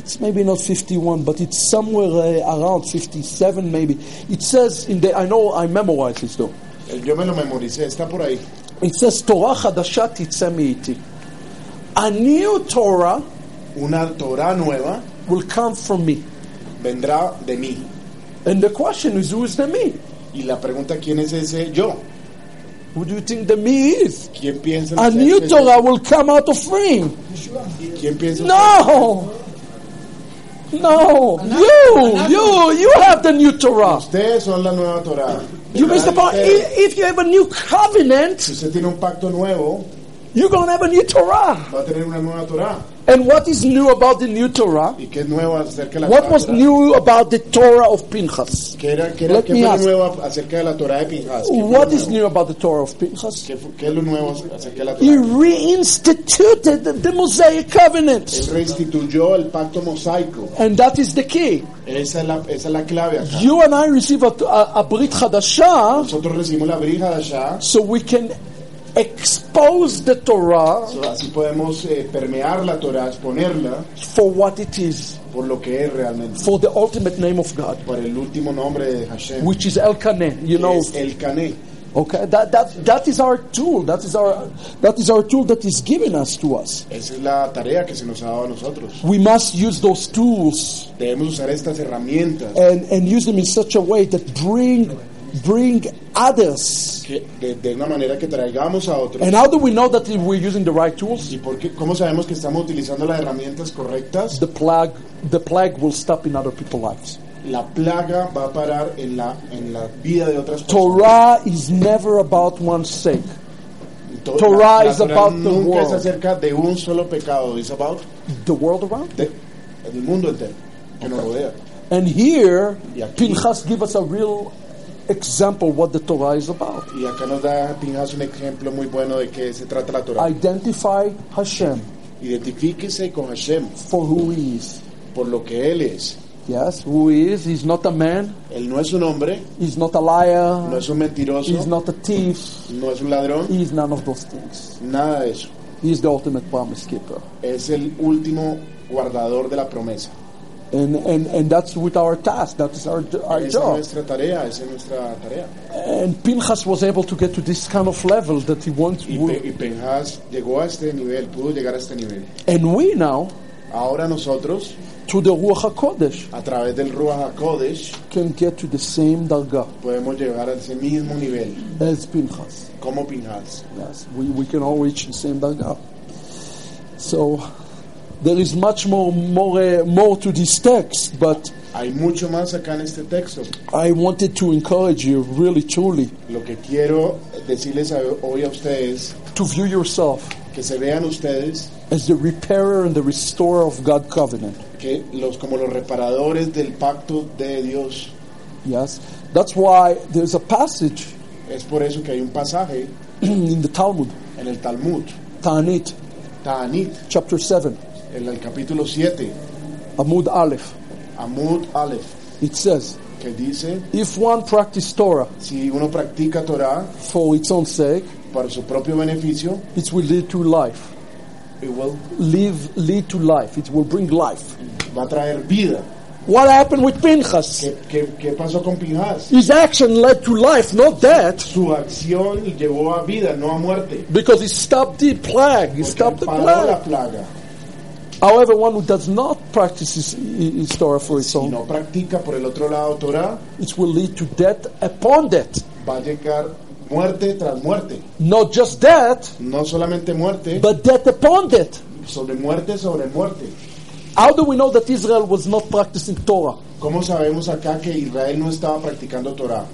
B: It's maybe not 51, but it's somewhere uh, around 57, maybe. It says in the. I know I memorized this though.
C: Eh, Yo me lo memoricé, está por ahí.
B: It says Torah Hadashat Itzamiti. A new Torah
C: Una Torah nueva
B: will come from me.
C: vendrá de mí.
B: And the question is, who is the me?
C: Y la pregunta, ¿quién es ese yo?
B: Who do you think the me is?
C: ¿Quién piensa
B: A
C: usted
B: new
C: que es
B: Torah will come out of me.
C: ese? ¿Quién piensa usted?
B: No! No! You! You! You have the new Torah!
C: Ustedes son la nueva Torah.
B: You missed the part. I-
C: Ustedes-
B: If you have a new
C: Si
B: covenant,
C: usted tiene un pacto nuevo,
B: you're going to have a new Torah.
C: va a tener una nueva Torah.
B: And what is new about the new Torah?
C: ¿Y qué es nuevo acerca de la
B: What
C: Torah?
B: was new about the Torah of Pinchas?
C: ¿Qué, era, qué, era,
B: Let
C: qué
B: me
C: fue lo
B: ask.
C: nuevo acerca de la Torah de Pinjas? ¿Qué fue lo
B: What is
C: nuevo?
B: new about the Torah of Pinchas?
C: ¿Qué, fue- qué es lo nuevo acerca de la
B: He
C: Torah?
B: reinstituted the, the Mosaic
C: Él
B: covenant.
C: reinstituyó el pacto mosaico.
B: And that is the key.
C: Esa es la, esa es la clave acá.
B: You and I receive a, a, a Brit Hadashah
C: Nosotros recibimos la brija de allá.
B: so we can expose the Torah
C: Así podemos eh, permear la Torah, exponerla
B: for what it is,
C: por lo que es realmente.
B: for the ultimate name of God,
C: Por el último nombre de Hashem.
B: which is El Kaneh, you
C: que
B: know.
C: es el Cané.
B: Okay, that, that, that is our tool. That is our, that is our tool that is given us to us.
C: Esa es la tarea que se nos ha dado a nosotros.
B: We must use those tools
C: Debemos usar estas herramientas
B: and, and use them in such a way that bring bring others.
C: que, de, de una manera que traigamos a otros.
B: And how do we know that we're using the right tools?
C: ¿Y por qué? cómo sabemos que estamos utilizando las herramientas correctas?
B: The plague the plague will stop in other people's lives.
C: La plaga va a parar en la, en la vida de otras personas.
B: Torah is never about one's sake.
C: To-
B: Torah
C: la- la
B: is
C: Torah
B: about the
C: nunca es
B: world.
C: acerca de un solo pecado. Es about
B: The world around.
C: de- el mundo entero que nos rodea.
B: And here
C: Y aquí-
B: Pinchas give us a real example what the Torah is about.
C: Y acá nos da Pinjas un ejemplo muy bueno de qué se trata la Torah.
B: Identify Hashem
C: Identifíquese con Hashem
B: for who he is.
C: por lo que Él es.
B: Yes, who he is. He's not a man,
C: Él no es un hombre,
B: he's not a
C: no
B: liar,
C: es un mentiroso,
B: he's not a thief.
C: no es un ladrón,
B: He is none of those things.
C: nada de eso.
B: He is the ultimate promise keeper.
C: Es el último guardador de la promesa.
B: And, and, and that's with our task, that's our, our
C: Esa es
B: job.
C: nuestra tarea, esa es nuestra tarea.
B: And Pinchas was able to get to this kind of level that he wants.
C: Y, Pe- y Penhas llegó a este nivel, pudo llegar a este nivel.
B: And we now,
C: Ahora nosotros,
B: to the Ruach HaKodesh,
C: a través del Ruach HaKodesh,
B: can get to the same Darga
C: podemos llegar a ese mismo nivel
B: as Pinchas.
C: como Pinhas.
B: Yes, we, we can all reach the same Darga. So there is much more more, uh, more to this text, but
C: Hay mucho más acá en este texto.
B: I wanted to encourage you really truly
C: Lo que quiero decirles a- hoy a ustedes,
B: to view yourself
C: que se vean ustedes
B: as the repairer and the restorer of God covenant.
C: que los como los reparadores del pacto de Dios.
B: Yes, that's why there's a passage
C: Es por eso que hay un pasaje
B: in the Talmud,
C: en el Talmud,
B: Tanit,
C: Ta'anit,
B: chapter seven,
C: en el capítulo 7,
B: Amud Aleph.
C: Amud Aleph,
B: It says,
C: que dice,
B: if one practice Torah
C: si uno practica Torah
B: for its own sake,
C: para su propio beneficio,
B: it will lead to life.
C: igual
B: Live, lead to life. It will bring life.
C: va a traer vida.
B: What happened with Pinchas?
C: ¿Qué, qué, qué pasó con Pinhas?
B: His action led to life, not death,
C: Su acción llevó a vida, no a muerte.
B: because he stopped the plague. He
C: Porque él
B: stopped the
C: paró la
B: plague.
C: plaga.
B: However, one who does not practice his, his Torah for his
C: Si
B: own,
C: no practica por el otro lado Torah,
B: it will lead to death upon death.
C: va a llegar muerte tras muerte.
B: Not just death,
C: No solamente muerte,
B: but death upon death.
C: sobre muerte sobre muerte.
B: How do we know that Israel was not practicing Torah?
C: ¿Cómo sabemos acá que Israel no estaba practicando Torah?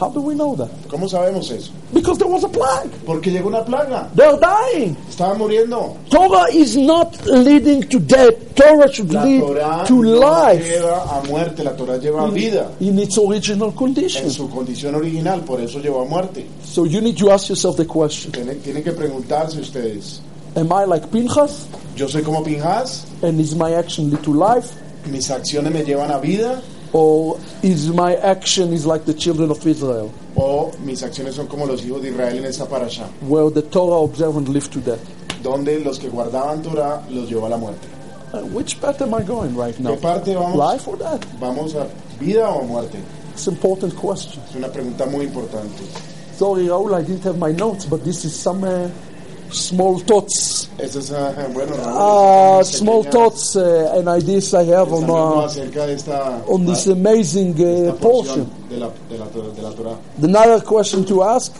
B: How do we know that?
C: ¿Cómo sabemos eso?
B: Because there was a plague.
C: Porque llegó una plaga,
B: They're dying.
C: estaba muriendo.
B: Torah is not leading to death. Torah should
C: La
B: lead
C: Torah
B: to
C: no
B: life Mm.
C: lleva a muerte, la Torah lleva a vida
B: in its original condition.
C: en su condición original, por eso llevó a muerte.
B: So you need to ask yourself the question
C: Tienen, tienen que preguntarse ustedes,
B: Am I like Pinchas?
C: ¿yo soy como Pinhas?
B: And is my action lead to life?
C: ¿Mis acciones me llevan a vida?
B: Or is my action is like the children of Israel,
C: ¿O mis acciones son como los hijos de Israel en esta parasha?
B: where the Torah observant live to death?
C: Donde los que guardaban Torah los llevó a la muerte.
B: Uh, which path am I going right
C: ¿Qué
B: now?
C: parte vamos?
B: Life or death?
C: ¿Vamos a vida o a muerte?
B: It's an important question.
C: Es una pregunta muy importante.
B: Sorry, Raul, I didn't have my notes, but this is some uh, small thoughts.
C: Esa es, ah, bueno,
B: Uh,
C: Raúl, esas
B: small
C: pequeñas
B: thoughts uh, and ideas I have on,
C: pensamientos
B: uh,
C: acerca de esta,
B: on this amazing uh,
C: esta
B: portion.
C: porción de la, de la, Torah- de la Torah.
B: Another question to ask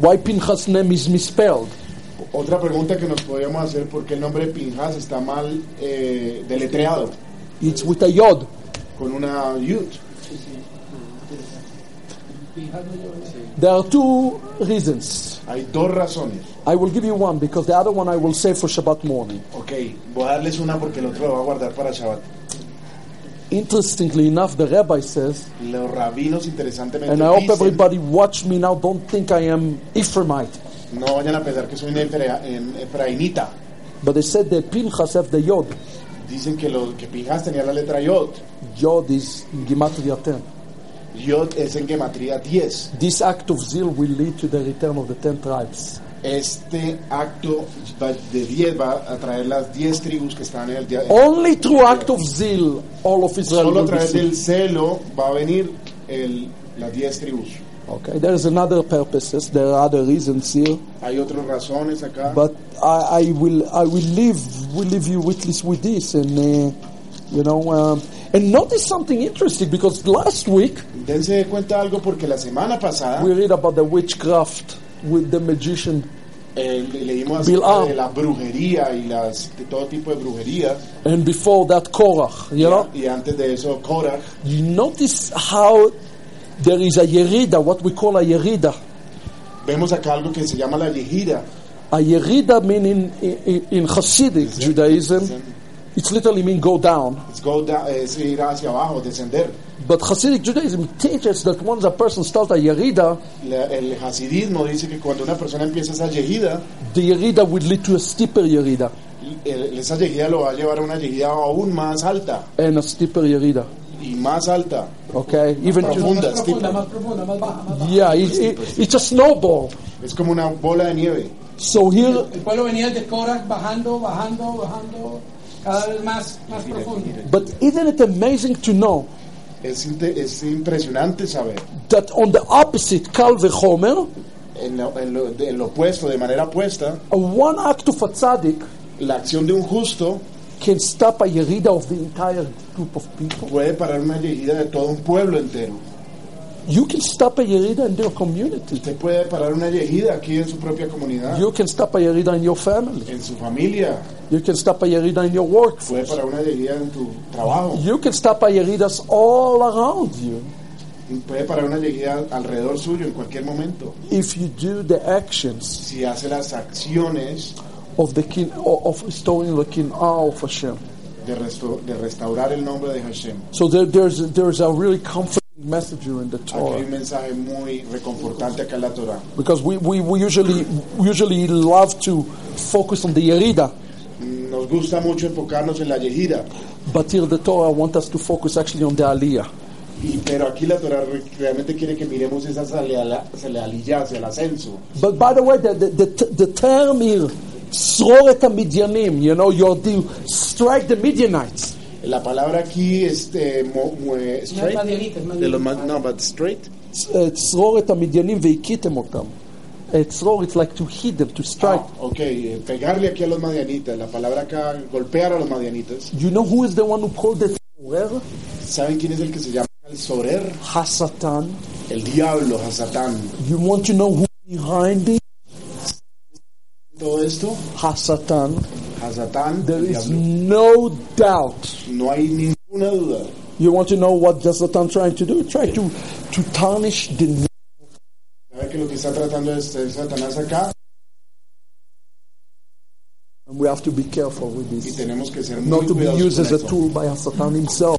B: why Pinchas' name is misspelled.
C: Otra pregunta que nos podríamos hacer, ¿por qué el nombre de Pinhas está mal eh, deletreado?
B: It's with a yod.
C: Con una yud.
B: There are two reasons.
C: Hay dos razones.
B: I will give you one because the other one I will save for Shabbat morning.
C: Ok, voy a darles una porque el otro lo va a guardar para Shabbat.
B: Interestingly enough, the rabbi says,
C: Los rabinos, interesantemente,
B: and I hope
C: dicen,
B: everybody watch me now, don't think I am Ephraimite,
C: no vayan a pensar que soy una efra- en- efrainita.
B: but they said that Pinchas have the yod.
C: Dicen que, lo, que Pinhas tenía la letra yod.
B: Yod is Gimatria 10.
C: Yod es en gematría 10.
B: This act of zeal will lead to the return of the 10 tribes.
C: Este acto va- de 10 va a traer las 10 tribus que están en el día.
B: Only through act of zeal, all of Israel
C: Solo
B: will
C: a
B: be
C: través del
B: saved.
C: celo va a venir el, las 10 tribus.
B: Okay, there is another purposes, there are other reasons here.
C: Hay otras razones acá.
B: But I, I will I will leave will leave you with this with this and uh, you know um, and notice something interesting because last week
C: Dense de cuenta algo porque la semana pasada
B: we read about the witchcraft with the magician
C: eh, le- leímos acerca
B: Bil'am.
C: de la brujería y las, de todo tipo de brujería.
B: and before that Korach you know
C: Y antes de eso, Korah.
B: you notice how there is a yerida what we call a yerida
C: Vemos acá algo que se llama la yejira.
B: a yerida meaning in, in, in Hasidic Judaism it's literally mean go down
C: It's go down- es ir hacia abajo, descender.
B: but Hasidic Judaism teaches that once a person starts a yerida
C: La- el hasidismo dice que cuando una persona empieza esa yejida,
B: the yerida would lead to a steeper yerida
C: el- esa yejida lo va a llevar a una yejida aún más alta
B: and a steeper yerida.
C: y más alta.
B: Okay, even to,
C: Profunda,
E: Más
C: tipo.
E: profunda, más profunda, más baja, más baja.
B: yeah, it, it, it's a snowball.
C: Es como una bola de nieve.
B: So here,
E: El pueblo venía de Coras bajando, bajando, bajando. cada vez más, más profunda.
B: But isn't it amazing to know
C: Es, inte- es impresionante saber.
B: that on the opposite Kal v'chomer,
C: En lo, en lo- de- en lo opuesto, de manera opuesta,
B: a one act of a tzaddik
C: la acción de un justo
B: can stop a yerida of the entire group of people.
C: puede parar una herida de todo un pueblo entero.
B: You can stop a yerida in your community.
C: Usted puede parar una herida aquí en su propia comunidad,
B: You can stop a yerida in your family.
C: en su familia,
B: You can stop a yerida in your workforce.
C: puede parar una herida en tu trabajo,
B: You can stop a yeridas all around you
C: y puede parar una herida alrededor suyo en cualquier momento.
B: if you do the actions
C: Si hace las acciones
B: of the kin of restoring the kin of Hashem.
C: de, resto- de restaurar el nombre de Hashem.
B: So there, there's there's a really comforting message here in the
C: Aquí hay
B: Torah
C: un mensaje muy reconfortante acá en la Torah.
B: because we, we, we usually usually love to focus on the yerida,
C: Nos gusta mucho enfocarnos en la yejida,
B: but here the Torah wants us to focus actually on the aliyah.
C: y, pero aquí la Torah re- realmente quiere que miremos esa salida, hacia el ascenso.
B: But by the way, the the, the, t- the term here. Sroret Midianim, you know, you're the strike the Midianites.
C: La palabra aquí este mo- mo- eh, straight,
E: Madianita, es
C: de los ma- no, but straight.
B: Uh, Sroret Midianim veikitem otam. Uh, Sror, it's like to hit them, to strike.
C: Ah, ok, eh, pegarle aquí a los madianitas. La palabra acá, golpear a los madianitas.
B: You know who is the one who called the Torah?
C: ¿Saben quién es el que se llama el Sorer?
B: Hasatan.
C: El diablo, Hasatán.
B: You want to know who behind it?
C: Todo esto,
B: Hasatan.
C: Hasatán,
B: There
C: el
B: is
C: diablo.
B: no doubt.
C: No hay ninguna duda.
B: You want to know what Hasatan trying to do? Try to to tarnish the name
C: ¿Saben que lo que está tratando es es Satanás acá?
B: we have to be careful with
C: Y
B: this.
C: tenemos que ser
B: Not
C: muy
B: to be used
C: cuidadosos
B: as
C: con
B: a
C: esto.
B: tool by Hasatan himself.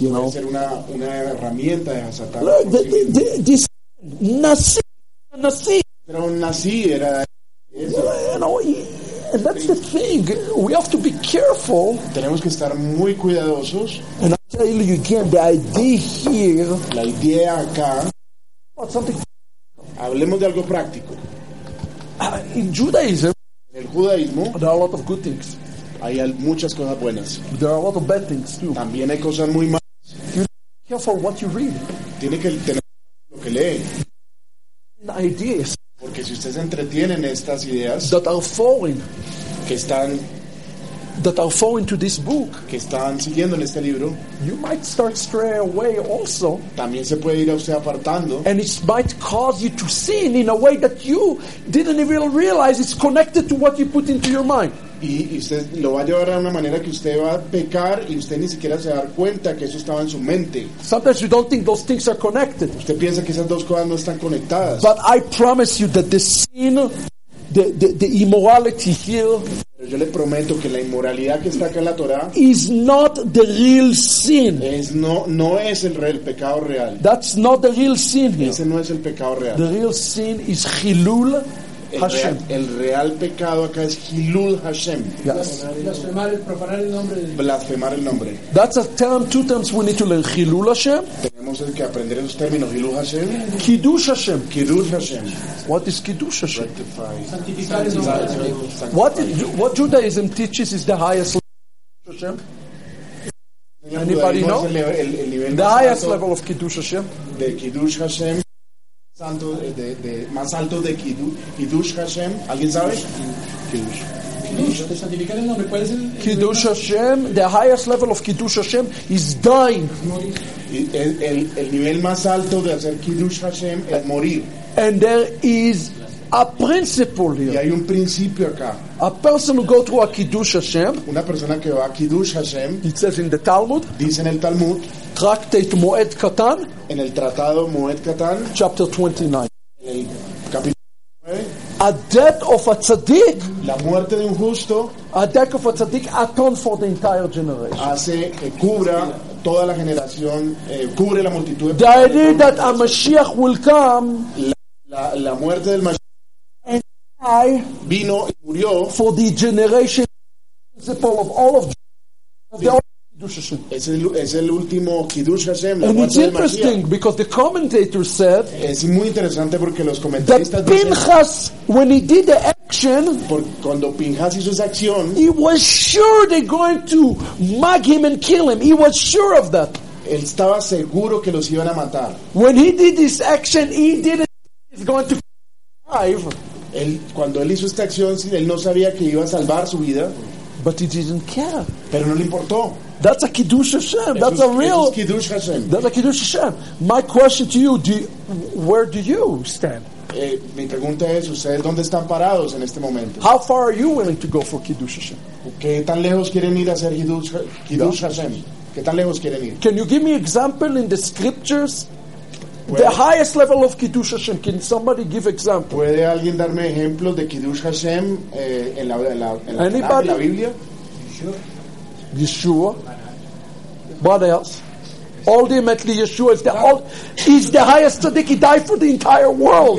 B: You
C: Puede
B: know.
C: ser una, una herramienta de Hasatán.
B: Look,
C: por
B: the,
C: sí
B: the,
C: mismo.
B: the, this Nasi Nasi
C: Era un nazi, era...
B: you know he- and that's the thing. We have to be careful
C: Tenemos que estar muy cuidadosos.
B: and I tell you again the idea here
C: La idea acá,
B: about something
C: hablemos de algo práctico.
B: Uh, in Judaism,
C: En el judaísmo
B: there are a lot of good things.
C: hay al- muchas cosas buenas.
B: There are a lot of bad things too.
C: También hay cosas muy malas.
B: Careful what you read.
C: Tiene que tener lo que lee.
B: Ideas
C: Porque si usted se entretiene en estas ideas
B: that are foreign,
C: que están,
B: that are foreign to this book,
C: que están siguiendo en este libro,
B: you might start straying away also,
C: también se puede ir a usted apartando.
B: and it might cause you to sin in a way that you didn't even realize it's connected to what you put into your mind.
C: Y, y usted lo va a llevar a una manera que usted va a pecar y usted ni siquiera se va a dar cuenta que eso estaba en su mente.
B: Sometimes you don't think those things are connected,
C: Usted piensa que esas dos cosas no están conectadas.
B: but I promise you that the sin, the, the, the immorality here,
C: Pero yo le prometo que la inmoralidad que está acá en la Torah
B: is not the real sin.
C: es, no, no es el, re- el pecado real.
B: That's not the real sin here.
C: Ese no es el pecado real.
B: The real sin is Hilul
C: El
B: Hashem.
C: real, el real pecado acá es Hilul Hashem,
B: Yes.
E: Blasfemar, el profanar el nombre de Dios.
C: blasfemar el nombre.
B: That's a term, two terms we need to learn. Hilul Hashem,
C: Tenemos que aprender esos términos, Hilul Hashem,
B: Kiddush Hashem.
C: Kirul Hashem,
B: What is Kiddush Hashem?
C: Rectify.
E: Santificar el nombre de Dios.
B: What, what Judaism teaches is the highest level of Kiddush Hashem. Anybody
C: Judaísmo
B: know?
C: es El, el- el nivel
B: The
C: más
B: highest
C: alto
B: level of Kiddush Hashem
C: de Kiddush Hashem, santo de, de- de- más alto de Kiddush, Kiddush Hashem. ¿Alguien sabe? Kiddush.
E: Kiddush, Santificar el nombre. ¿Cuál es el- el
B: Kiddush Hashem, the highest level of Kiddush Hashem is dying
C: Y El, el- el nivel más alto de hacer Kiddush Hashem es morir.
B: and there is a principle
C: Y
B: here.
C: hay un principio acá.
B: A person who go to a Kiddush Hashem,
C: Una persona que va a Kiddush Hashem,
B: it says in the Talmud,
C: dice en el Talmud,
B: Tractate Moed Katan,
C: en el tratado Moed Katan,
B: chapter 29.
C: en el capítulo 9,
B: A death of a tzaddik,
C: la muerte de un justo
B: a death of a tzaddik atone for the entire generation.
C: hace que cubra toda la generación, eh, cubre la multitud de
B: The idea that a Mashiach will come
C: la, la muerte del Mashiach
B: and die
C: vino y murió
B: for the generation, principle of all of the
C: Es el, es el último Kiddush Hashem, la
B: And it's
C: muerte del Mashiach.
B: interesting because the commentator said
C: Es muy interesante porque los
B: that
C: comentaristas dicen,
B: Pinchas, when he did the action,
C: por, cuando Pinjas hizo esa acción,
B: he was sure they're going to mug him and kill him. He was sure of that.
C: él estaba seguro que los iban a matar.
B: When he did this action, he didn't think he's going to survive,
C: Él, cuando él hizo esta acción, sí, él no sabía que iba a salvar su vida,
B: but he didn't care.
C: pero no le importó.
B: That's a kiddush Hashem. That's
C: Eso es-
B: a
C: eso
B: real.
C: es Kiddush Hashem.
B: That's a kiddush Hashem. My question to you: Do you, where do you stand?
C: Eh, mi pregunta es, ¿ustedes dónde están parados en este momento?
B: How far are you willing to go for kiddush Hashem?
C: ¿Qué tan lejos quieren ir a hacer Kiddush, Kiddush Hashem? ¿Qué tan lejos quieren ir?
B: Can you give me example in the scriptures? the highest level of kiddush Hashem. Can somebody give example?
C: ¿Puede alguien darme ejemplos de Kiddush Hashem eh, en la, en la, en la, Tanakh, en la
B: Anybody?
C: Biblia?
B: Yeshua. What else? Ultimately, Yeshua is the ul- is the highest tzaddik. He died for the entire world.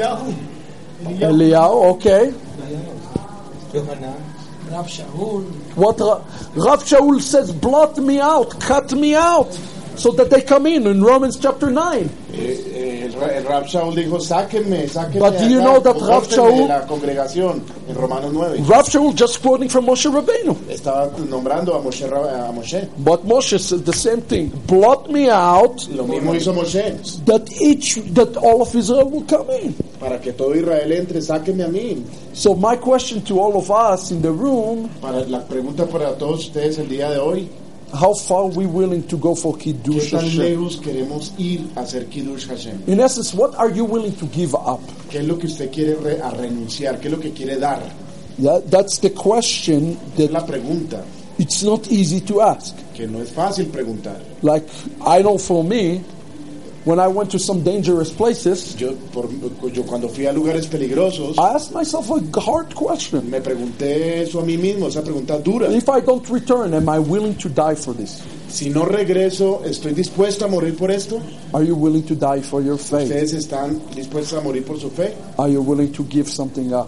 B: Eliyahu, okay.
E: Rab Shaul,
B: What Ra- Rav Shaul says, blot me out, cut me out, so that they come in in Romans chapter 9.
C: Eh, eh, el, Ra- el Rab Shaul dijo, sáquenme, sáquenme
B: But do you
C: acá,
B: know that Rab
C: córtenme de
B: Shaul-
C: la congregación en Romanos 9.
B: Rav Shaul just quoting from Moshe Rabbeinu.
C: Estaba nombrando a Moshe, Ra- a Moshe.
B: But Moshe said the same thing, blot me out,
C: Lo mismo hizo Moshe,
B: that each, that all of Israel will come in.
C: para que todo Israel entre, sáquenme a mí.
B: So my question to all of us in the room,
C: Para la pregunta para todos ustedes el día de hoy,
B: how far we willing to go for
C: ¿qué
B: Kiddush
C: tan
B: Hashem?
C: lejos queremos ir a hacer Kiddush Hashem?
B: In essence, what are you willing to give up?
C: ¿Qué es lo que usted quiere re- a renunciar? ¿Qué es lo que quiere dar?
B: Yeah, that's the question
C: Es
B: that
C: la pregunta,
B: it's not easy to ask.
C: que no es fácil preguntar.
B: Like I know for me, when I went to some dangerous places,
C: Yo, por- yo cuando fui a lugares peligrosos,
B: I asked myself a hard question.
C: me pregunté eso a mí mismo, esa pregunta dura.
B: If I don't return, am I willing to die for this?
C: Si no regreso, ¿estoy dispuesto a morir por esto?
B: Are you willing to die for your faith?
C: ¿Ustedes están dispuestos a morir por su fe?
B: Are you willing to give something up?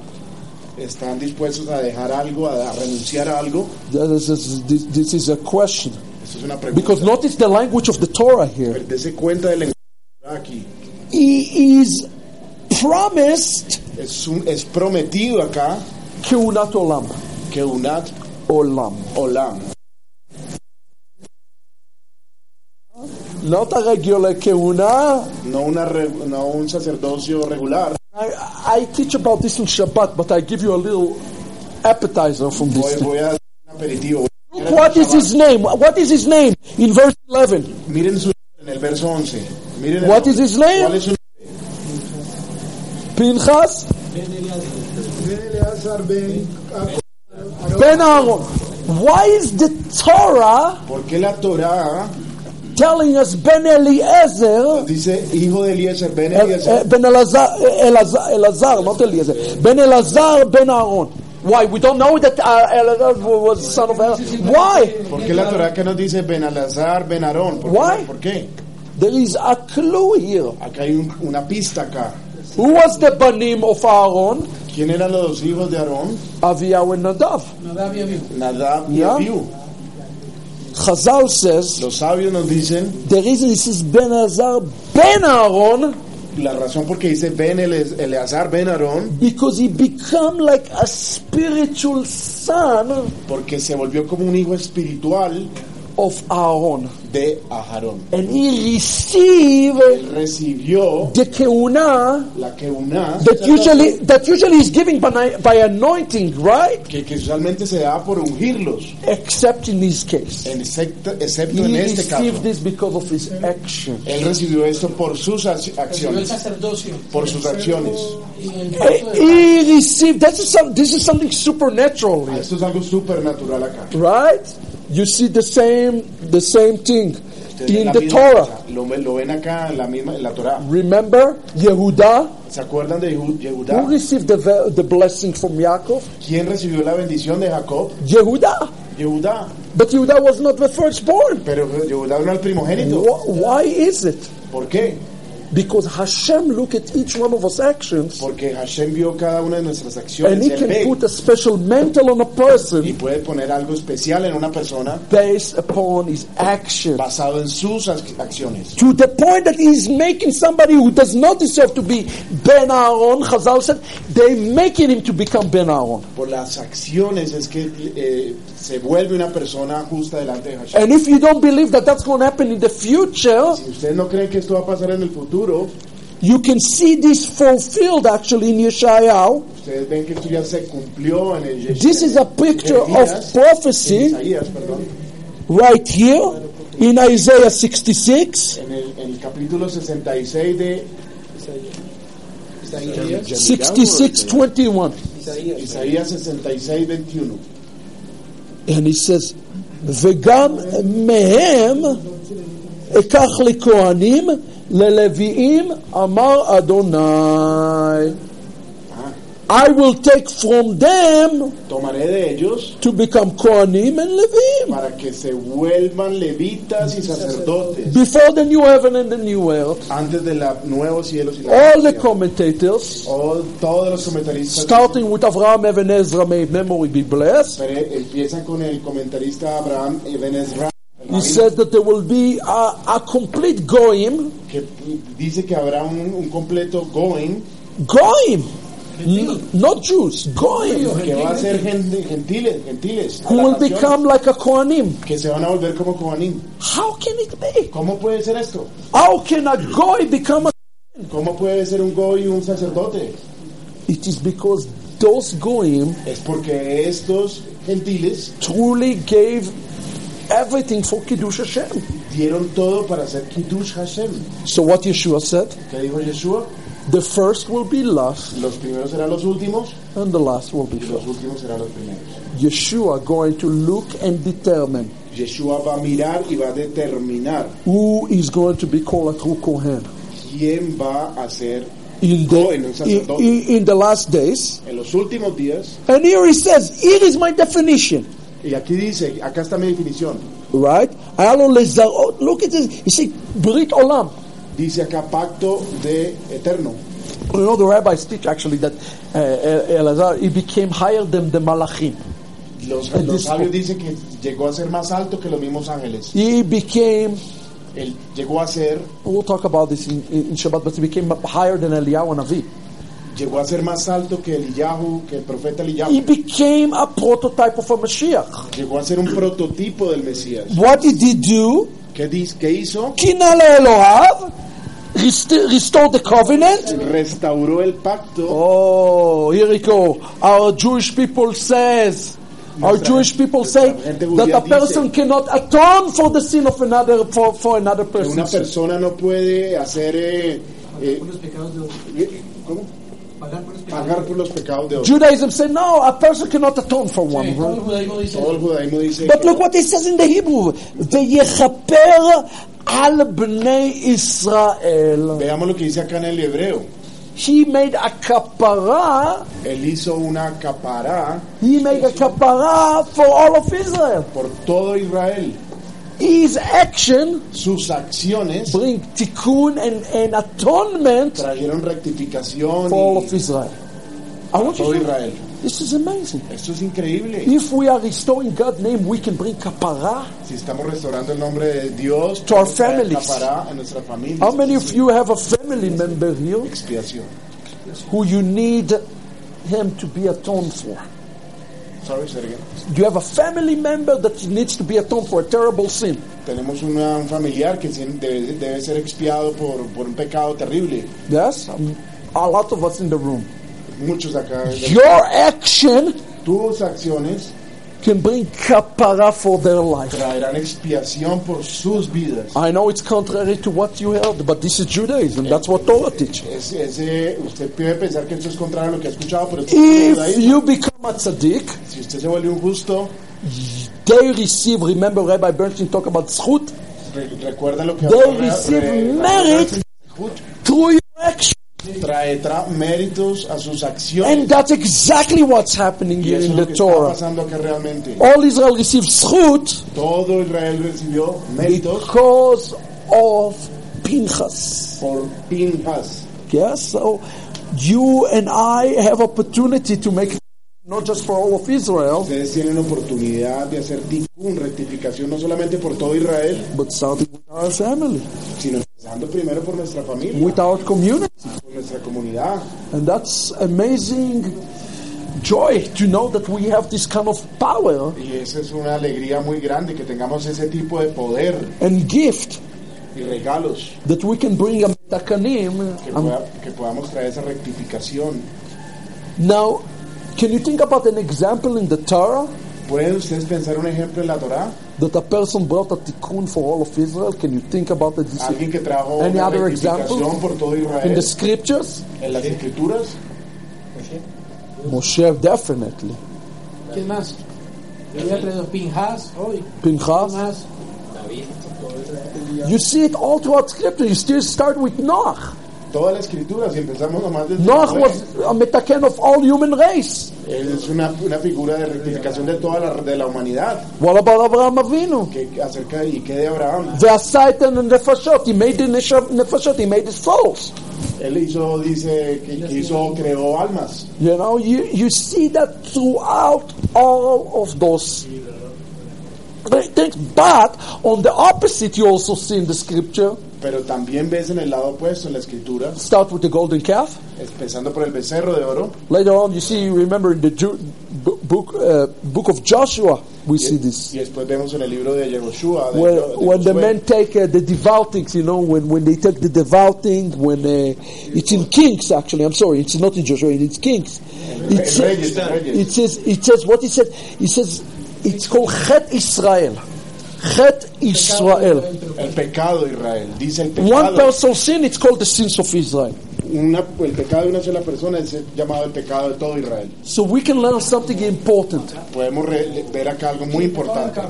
C: ¿Están dispuestos a dejar algo, a, a renunciar a algo?
B: That is- This this- this is a question.
C: Esa es una pregunta.
B: Because notice the language of the Torah here.
C: Dese cuenta del lenguaje aquí.
B: He is promised
C: Es, un- es prometido acá
B: keunat olam.
C: que unat
B: Olam.
C: olam.
B: Not a regular keuna.
C: No, una re- no un sacerdocio regular.
B: I, I teach about this in Shabbat, but I give you a little appetizer from
C: Voy,
B: this.
C: voy a hacer un aperitivo.
B: Look what is his name. What is his name? In verse 11.
C: Miren su en el verso 11. Miren el
B: What
C: nombre.
B: is his name?
C: ¿Cuál es su
B: Pinchas Ben Aaron. Why is the Torah
C: ¿Por qué la Torá
B: telling us Ben Eliezer?
C: dice hijo de Eliezer, Ben
B: eh, eh,
C: Eliezer?
B: Ben Elazar, eh, Elazar, Elazar, not Eliezer. Ben Elazar, Ben Aaron. Why? We don't know that uh, Elazar was the son of Aaron. Why?
C: ¿Por qué la Torá que nos dice Ben Alazar, Ben Aarón? ¿Por, qué?
B: Why?
C: ¿Por qué?
B: There is a clue here.
C: Acá hay un- una pista acá.
B: Who was the Banim of Aaron?
C: ¿Quién eran los dos hijos de Aarón?
B: Aviyahu and Nadav.
E: Nadab y Abihu.
C: Nadab y
B: Ya.
C: Abiú.
B: Chazal says
C: Los sabios nos dicen
B: the reason this is Ben Azar, Ben Aaron,
C: la razón por qué dice Ben Ele- Eleazar, Ben Aarón,
B: because he become like a spiritual son
C: porque se volvió como un hijo espiritual
B: of Aaron,
C: de Aarón.
B: and he receive
C: Él recibió
B: the keuna
C: la que una
B: that usually that usually is given by, by anointing, right?
C: que, que usualmente se da por ungirlos,
B: Except in his case,
C: en excepto, excepto en
B: he
C: este
B: received
C: caso. eh,
B: this because of his action.
C: Él recibió esto por sus ac-
E: Recibió el
C: acciones,
E: sacerdocio.
C: por sus acciones.
E: Y el puesto
B: Eh,
E: de-
B: He received. This is some. This is something supernatural. here.
C: Esto es algo supernatural acá.
B: right you see the same the same thing
C: Ustedes
B: in
C: la
B: the
C: misma
B: torah
C: cosa, Lo, ven- lo ven acá en la misma en la Torá.
B: remember yehuda
C: ¿Se acuerdan de Yehu- Yehudá?
B: who received the, ve- the blessing from yaakov
C: ¿Quién recibió la bendición de Jacob?
B: yehuda
C: Yehudá.
B: but yehuda was not the firstborn
C: Pero Yehudá no era el primogénito.
B: Wh- why is it
C: ¿Por qué?
B: Because Hashem look at each one of us actions
C: Porque Hashem vio cada una de nuestras
B: and
C: acciones.
B: he
C: Él ve,
B: can put a special mantle on a
C: y
B: person
C: puede poner algo especial en una persona
B: based upon his action.
C: basado en sus ac- acciones.
B: To the point that he's making somebody who does not deserve to be Ben Aaron, Chazal said, they making him to become Ben Aaron.
C: Por las acciones es que eh, se vuelve una persona justa delante de Hashem.
B: And if you don't believe that that's going to happen in the future,
C: Si ustedes no creen que esto va a pasar en el futuro,
B: you can see this fulfilled actually in Yeshayahu.
C: ustedes ven que esto ya se cumplió en el
B: This is a picture of
C: Jeremías, en
B: prophecy
C: Isaías, perdón,
B: right here in Isaiah 66,
C: en el, en el capítulo 66 de
B: 66, 21.
C: Isaías 66, 21.
B: And he says, וגם מהם אקח לכהנים, ללוויים, אמר אדוני. I will take from them
C: Tomaré de ellos
B: to become Kohanim and Levim
C: para que se vuelvan levitas y sacerdotes
B: before the new heaven and the new earth.
C: antes de los nuevos cielos y la
B: All the
C: tierra.
B: commentators,
C: O- Todos los comentaristas
B: starting with Avraham Even Ezra, may his memory be blessed,
C: Pero empieza con el comentarista Abraham Eben Ezra,
B: he
C: el rabino,
B: says that there will be a, a complete Goim,
C: que dice que habrá un, un completo going
B: Goim, n- not Jews, Goim,
C: que va a ser gente- gentiles, gentiles, a
B: who
C: la
B: will
C: nación,
B: become like a Kohanim.
C: que se van a volver como Kohanim.
B: How can it be?
C: ¿Cómo puede ser esto?
B: How can a Goy become a...
C: ¿Cómo puede ser un goy y un sacerdote?
B: It is because those Goim
C: Es porque estos gentiles
B: truly gave everything for Kiddush Hashem.
C: dieron todo para ser Kiddush Hashem.
B: So what Yeshua said?
C: ¿Qué dijo Yeshua?
B: The first will be last,
C: Los primeros serán los últimos
B: and the last will be
C: y los
B: first.
C: últimos serán los primeros.
B: Yeshua going to look and determine
C: Yeshua va a mirar y va a determinar
B: who is going to be called a true Kohen.
C: quién va a ser
B: In
C: Kohen, un
B: the, in,
C: sacerdote.
B: in- in the last days.
C: en los últimos días,
B: And here he says, here is my definition.
C: y aquí dice, acá está mi definición,
B: Right? Halo lezarot. Look at this. He said, Brit Olam.
C: dice acá pacto de eterno.
B: You know, the rabbis teach actually that uh, El- Elazar, he became higher than the Malachim.
C: Los, los sabios dicen que llegó a ser más alto que los mismos ángeles.
B: He became,
C: Él llegó a ser,
B: we'll talk about this in, in Shabbat, but he became higher than Eliyahu and Avi.
C: llegó a ser más alto que Eliyahu, que el profeta
B: He
C: Eliyahu.
B: became a prototype of a Mashiach.
C: Llegó a ser un prototipo del Mesías.
B: What did he do?
C: ¿Qué, dice, qué hizo?
B: Kinal Elohav, rest- restored the covenant.
C: Restauró el pacto.
B: Oh, here we go. Our Jewish people says, our
C: Nuestra-
B: Jewish people say
C: nuestra gente judía
B: that a person
C: dice-
B: cannot atone for the sin of another for, for another
C: que Una
B: person.
C: persona no puede hacer, eh, eh,
E: Por los pecados de otros.
C: ¿cómo?
E: Pagar por los pecados.
C: Pagar por los pecados de otros.
B: Judaism say no, a person cannot atone for one.
E: Sí, todo el judaísmo dice.
C: Todo el judaísmo dice
B: But
C: que-
B: look what it says in the Hebrew: "Veyechaper al bnei Israel."
C: Veamos lo que dice acá en el hebreo.
B: He made a kapara.
C: Él hizo una capará
B: He made a kapara for all of Israel.
C: por todo Israel.
B: His action
C: Sus acciones
B: bring tikkun and, and atonement
C: trajeron rectificación
B: for all of
C: y
B: Israel. I want
C: todo
B: you to
C: Israel.
B: this is amazing.
C: Esto es increíble.
B: If we are restoring God's name, we can bring kapara.
C: Si estamos restaurando el nombre de Dios,
B: To our
C: podemos traer
B: families.
C: capará a nuestra familia.
B: How many of you have a family member here
C: Expiación.
B: who you need him to be atoned for?
C: Sorry, Sergio.
B: Do you have a family member that needs to be atoned for a terrible sin?
C: Tenemos una- un familiar que sí debe, debe ser expiado por, por un pecado terrible.
B: Yes? Um, A lot of us in the room.
C: Muchos acá.
B: Your action
C: Tus acciones
B: can bring kapara for their life.
C: traerán expiación por sus vidas.
B: I know it's contrary to what you heard, but this is Judaism. That's what Torah teaches.
C: Es- ese- usted puede pensar que esto es contrario a lo que ha escuchado, pero esto es
B: If
C: judaísmo.
B: you become a tzaddik,
C: si usted se vuelve un justo,
B: they receive, remember Rabbi Bernstein talk about zchut,
C: re- recuerda lo que
B: They
C: habló-
B: receive
C: re-
B: merit. through your action.
C: trae tra- méritos a sus acciones.
B: And that's exactly what's happening
C: y
B: here
C: eso
B: in
C: es lo
B: the
C: que está
B: Torah.
C: pasando acá realmente.
B: All Israel receives zchut
C: Todo Israel recibió méritos
B: because of Pinchas.
C: for Pinhas.
B: Yes, so you and I have opportunity to make not just for all of Israel,
C: Ustedes tienen oportunidad de hacer tikkun, rectificación, no solamente por todo Israel,
B: but starting with our family,
C: sino empezando primero por nuestra familia,
B: with our community.
C: por nuestra comunidad.
B: And that's amazing joy to know that we have this kind of power
C: Y esa es una alegría muy grande, que tengamos ese tipo de poder
B: and gift
C: y regalos,
B: that we can bring a metakanim.
C: que,
B: Um,
C: pueda- que podamos traer esa rectificación.
B: now, can you think about an example in the Torah
C: ¿Pueden ustedes pensar un ejemplo en la Torá?
B: that a person brought a tikkun for all of Israel? Can you think about it?
C: Alguien que trajo
B: Any
C: una
B: other
C: rectificación
B: examples?
C: por todo
B: In
C: Israel
B: the scriptures?
C: en las escrituras.
B: Moshe, definitely.
E: ¿Quién más? Yo había traído Pinjas hoy. ¿Quién
B: Pinchas.
E: más?
B: You see it all throughout scripture. You still start with Noach.
C: Todas las escrituras, y empezamos nomás desde
B: Noach
C: Noé.
B: was a metaken of all human race.
C: Él es una, una figura de rectificación de toda la, de la humanidad.
B: What about Abraham Avinu?
C: Que, acerca de, y que de Abraham,
B: The Satan and Nefashot. He made the Nesha- Nefashot. He made his souls.
C: él hizo, dice, que, que hizo, creó almas.
B: You know, you, you see that throughout all of those great things. But on the opposite, you also see in the scripture,
C: Pero también ves en el lado opuesto, en la escritura,
B: start with the golden calf.
C: empezando por el becerro de oro.
B: Later on, you see, you remember in the Ju- bu- book, uh, book of Joshua, we see this.
C: Y después vemos en el libro de Yehoshua. De,
B: When,
C: de
B: when the
C: Josué,
B: men take uh, the devout things, you know, when, when they take the devout thing, when uh, it's in Kings, actually, I'm sorry, it's not in Joshua, it's Kings.
C: en
B: It's,
C: Reyes, en Reyes.
B: It says, it says what he said. He says, it's called Chet Israel. Chet Israel.
C: el pecado de Israel. Dice el
B: One
C: pecado.
B: person sin, it's called the sins of Israel.
C: una- el pecado de una sola persona es el- llamado el pecado de todo Israel.
B: So we can learn something important.
C: Podemos re- ver acá algo muy importante.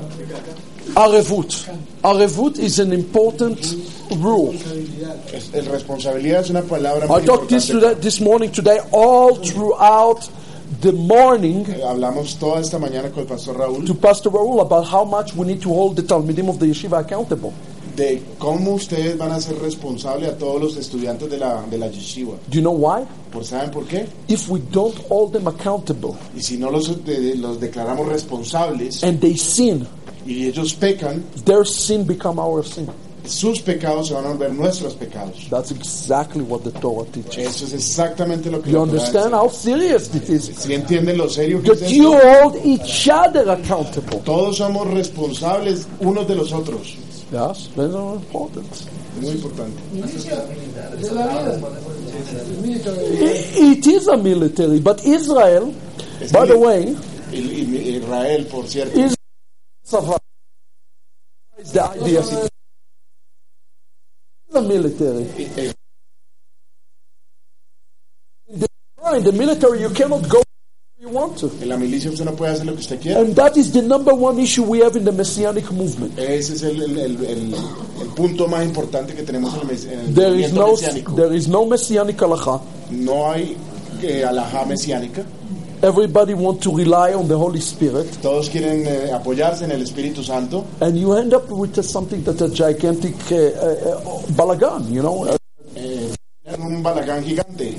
B: Arevut. Arevut is an important rule.
C: Es, el responsabilidad es una palabra
B: I
C: muy
B: talked
C: importante.
B: this, today, this morning, today, all throughout the morning
C: Hablamos toda esta mañana con el pastor Raúl
B: to Pastor Raul about how much we need to hold the Talmidim of the yeshiva accountable.
C: de cómo ustedes van a ser responsables a todos los estudiantes de la, de la yeshiva.
B: Do you know why?
C: ¿Por saben por qué?
B: If we don't hold them accountable
C: Y si no los, de- los declaramos responsables
B: and they sin,
C: y ellos pecan,
B: their sin become our sin.
C: sus pecados se van a volver nuestros pecados.
B: That's exactly what the Torah teaches.
C: Eso es exactamente lo que
B: You
C: la Torah
B: understand
C: enseña.
B: how serious it is?
C: Si entienden lo serio que es
B: That
C: esto?
B: you hold each other accountable.
C: todos somos responsables unos de los otros.
B: Yes, that's important.
C: Muy importante.
E: De la vida.
B: It is a military, but Israel, by the way,
C: Y- y- Israel, por cierto,
B: Is- survive- is the idea. It's a military. In the, in the military, you cannot go where you want to.
C: en la milicia usted no puede hacer lo que usted quiera.
B: And that is the number one issue we have in the Messianic movement.
C: Ese es el, el- el- el- el punto más importante que tenemos en el, mes- en el
B: There is
C: movimiento
B: no
C: mesiánico.
B: there is no messianic halacha.
C: No hay eh, alajá mesiánica.
B: Everybody want to rely on the Holy Spirit,
C: Todos quieren eh, apoyarse en el Espíritu Santo.
B: and you end up with a, something that's a gigantic uh, uh, uh, balagan. You know, Uh,
C: eh, en un balagán gigante.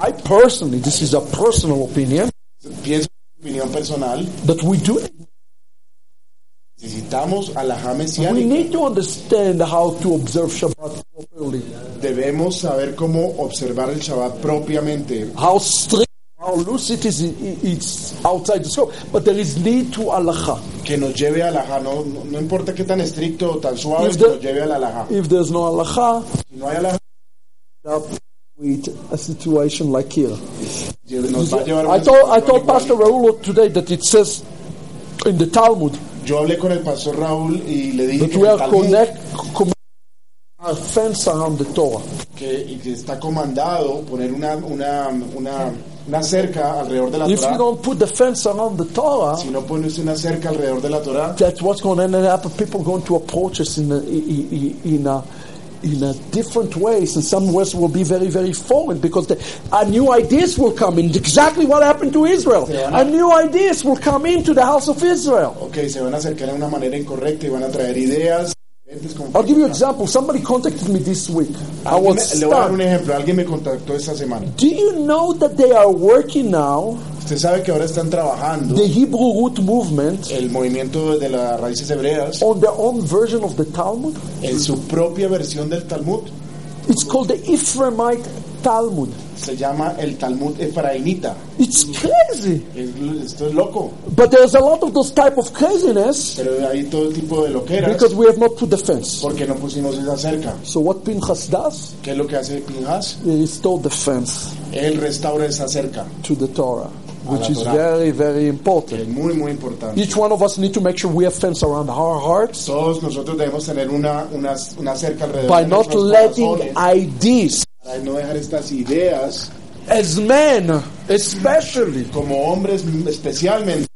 B: I personally, this is a personal opinion,
C: Pienso en mi opinión personal.
B: that we do.
C: Necesitamos alajá
B: We
C: mesiánica.
B: need to understand how to observe Shabbat properly,
C: Debemos saber cómo observar el Shabbat propiamente.
B: how strict, how loose it is. i- It's outside the scope, but there is need to halacha.
C: Que nos lleve a alajá. No, no, no importa qué tan estricto o tan suave,
B: If
C: que
B: the-
C: nos lleve a la alajá.
B: If there's no halacha,
C: Si no hay alajá,
B: end up with a situation like here. Pues
C: nos va a llevar a
B: I
C: una
B: told I
C: situación
B: told Pastor
C: igual.
B: Raul today that it says in the Talmud
C: Yo hablé con el pastor Raúl y le dije
B: that
C: que,
B: we
C: el
B: are
C: Talmud,
B: connect com- our fence around the Torah.
C: que- y que está comandado poner una, una, una, una cerca alrededor de la
B: If you
C: Torah.
B: don't put the fence around the Torah,
C: Si no pones una cerca alrededor de la Torah,
B: that's what's going to end up. People going to approach us in a, i- i- i- in a in a different ways, and some ways will be very, very foreign because the, our new ideas will come in. Exactly what happened to Israel. Our new ideas will come into the house of Israel.
C: ok, se van a acercar de una manera incorrecta y van a traer ideas diferentes conflictos.
B: I'll give you an example. Somebody contacted me this week. I
C: Alguien me-
B: was
C: le voy a dar un
B: stunned.
C: ejemplo. Alguien me contactó esta semana.
B: Do you know that they are working now
C: Usted sabe que ahora están trabajando
B: the Hebrew root movement
C: el movimiento de las raíces hebreas
B: on their own version of the Talmud?
C: en su propia versión del Talmud.
B: It's called the Ephraimite Talmud.
C: Se llama el Talmud Efraimita.
B: It's crazy.
C: Es- esto es loco.
B: But there's a lot of those type of craziness
C: Pero hay todo tipo de loqueras
B: because we have not put the fence.
C: porque no pusimos esa cerca.
B: So what Pinchas does?
C: ¿Qué es lo que hace Pinhas?
B: He restored the fence
C: Él restaura esa cerca.
B: to the Torah, which is
C: Torah.
B: very, very
C: que Es
B: important.
C: muy, muy importante.
B: Each one of us need to make sure we have fence around our hearts
C: Todos nosotros debemos tener una, una, una cerca alrededor
B: by
C: de
B: not
C: nuestros
B: letting
C: corazones
B: ideas,
C: para no dejar estas ideas
B: as men especially.
C: como hombres especialmente.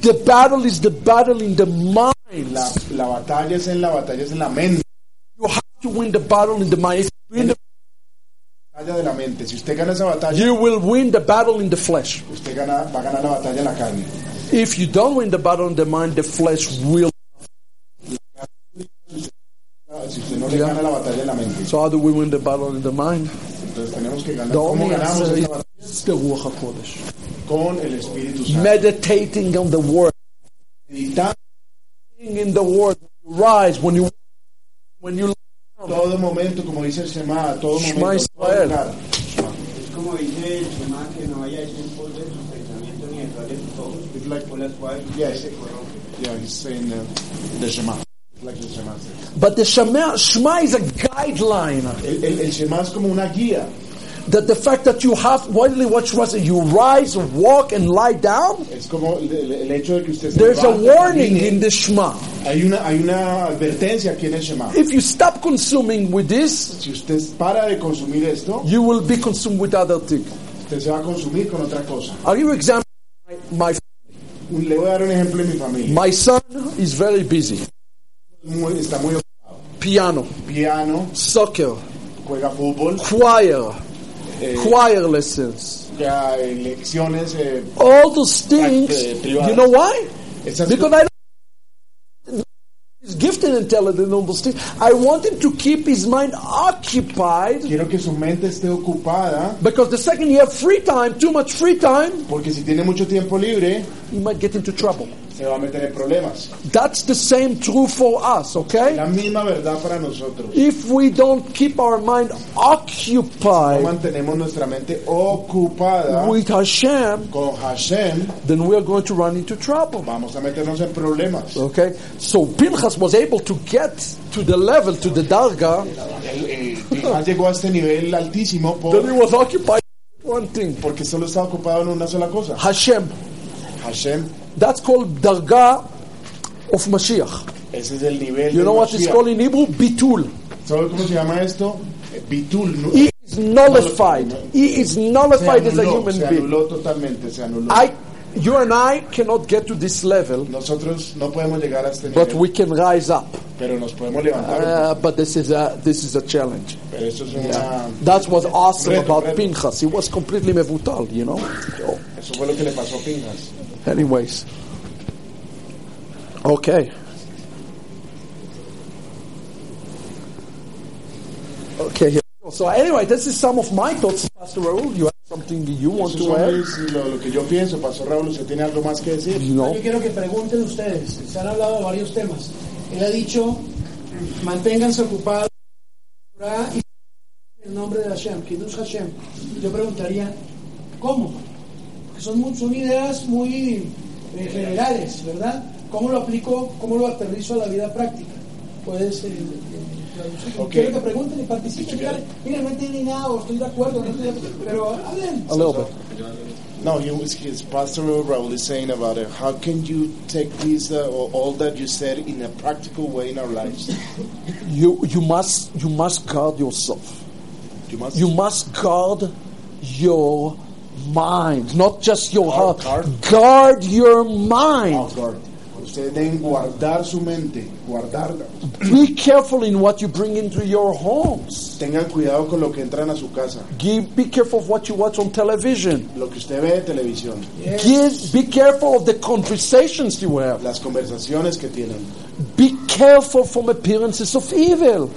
B: The battle is the battle in the mind.
C: La, la batalla es en la batalla, es en la mente.
B: You have to win the battle in the mind. If you win the-
C: Batalla de la mente. Si usted gana esa batalla,
B: You will win the battle in the flesh.
C: usted gana, va a ganar la batalla en la carne.
B: If you don't win the battle in the mind, the flesh will.
C: Si usted no le
B: Ya.
C: gana la batalla en la mente.
B: So how do we win the battle in the mind?
C: Entonces tenemos que ganar.
B: The
C: ¿Cómo
B: only
C: ganamos
B: answer
C: esta batalla?
B: is the Ruach HaKodesh.
C: Con el Espíritu Santo.
B: Meditating on the Word,
C: Meditando
B: being in the Word. When you rise, when you when you
C: en todo momento, como dice el Shema, a todo
B: Shema
C: momento. a todo
B: Israel.
C: lugar.
F: Es como dice el Shema, que no vaya tiempo de sus pensamientos ni detrás de sus ojos,
C: It's like-
F: por las cuales
C: Yes.
F: se corrompe.
C: Yeah, he's saying uh, the Shema. It's like the Shema.
B: But the Shema, Shema is a guideline
C: El, el, el Shema es como una guía.
B: that the fact that you have widely what was it? You rise, walk, and lie down.
C: Es como el, el- el hecho de que usted se
B: There's a
C: levante,
B: warning
C: camine.
B: in the Shema.
C: Hay una, hay una advertencia aquí en el Shema.
B: If you stop consuming with this,
C: Si usted para de consumir esto,
B: you will be consumed with other things.
C: usted se va a consumir con otra cosa.
B: I'll give you an example. My, my
C: Un- Le voy a dar un ejemplo en mi familia.
B: My son is very busy.
C: Muy- está muy
B: Piano,
C: piano,
B: soccer,
C: juega fútbol,
B: choir,
C: eh,
B: choir lessons.
C: juega eh, lecciones. eh,
B: All those things.
C: Privada.
B: You know why?
C: Esas-
B: Because I don't. He's gifted and talented in all those things. I want him to keep his mind occupied
C: quiero que su mente esté ocupada,
B: because the second he has free time, too much free time,
C: porque si tiene mucho tiempo libre,
B: he might get into trouble.
C: se va a meter en problemas.
B: That's the same true for us, okay?
C: La misma verdad para nosotros.
B: If we don't keep our mind
C: No
B: occupied
C: mantenemos nuestra mente ocupada
B: with Hashem,
C: con Hashem,
B: then we are going to run into trouble.
C: vamos a meternos en problemas.
B: Okay, so Pinchas was able to get to the level, to the darga,
C: Él, eh, Pinhas llegó a este nivel altísimo por-
B: that he was occupied with one thing,
C: porque solo estaba ocupado en una sola cosa.
B: Hashem.
C: Hashem,
B: That's called darga of Mashiach.
C: ese es el nivel.
B: You
C: de
B: know what it's
C: Mashiach.
B: called in Hebrew? Bitul.
C: ¿Sabe cómo se llama esto? Eh, Bitul. ¿no?
B: He is nullified. He is
C: se
B: nullified as a
C: anuló,
B: human
C: se
B: being.
C: anuló totalmente, se anuló.
B: I, you and I cannot get to this level,
C: Nosotros no podemos llegar a este nivel,
B: but we can rise up.
C: pero nos podemos levantar.
B: Uh, but this is a this is a challenge.
C: pero eso es una,
B: That's what's awesome
C: Reto,
B: about
C: reto.
B: Pinchas. He was completely mevutal, you know. So,
C: eso fue lo que le pasó a Pinhas.
B: Anyways. Okay. Okay. here we go. So anyway, this is some of my thoughts, Pastor Raul. You have something you want
C: Eso
B: to add?
C: es lo, lo que yo pienso. Pasó Raúl, ¿usted tiene algo más que decir?
E: Yo
B: No.
E: quiero que pregunten ustedes. Se han hablado de varios temas. Él ha dicho, manténganse ocupados orá y en el nombre de Hashem, Kiddush Hashem. Yo preguntaría, ¿cómo? Porque son, mu- son ideas muy eh, generales, ¿verdad? ¿Cómo lo aplico, cómo lo aterrizo a la vida práctica? Puedes eh, eh, traducir.
C: Ok.
E: Quiero que pregunten y participen. Mira, mira, no entendí nada, o estoy de acuerdo, no estoy de acuerdo, pero hablen.
B: A little bit.
C: No, he was, his pastor Raúl is saying about it. How can you take this uh, or all that you said in a practical way in our lives?
B: You you must you must guard yourself.
C: You must
B: You must guard your mind, not just your
C: Guard,
B: heart. Guard your mind.
C: guard. Ustedes deben guardar su mente, guardarla.
B: Be careful in what you bring into your homes.
C: Tengan cuidado con lo que entran a su casa,
B: Give, be careful of what you watch on television.
C: lo que usted ve de televisión,
B: Give, be careful of the conversations you have.
C: las conversaciones que tienen.
B: Be careful from appearances of evil.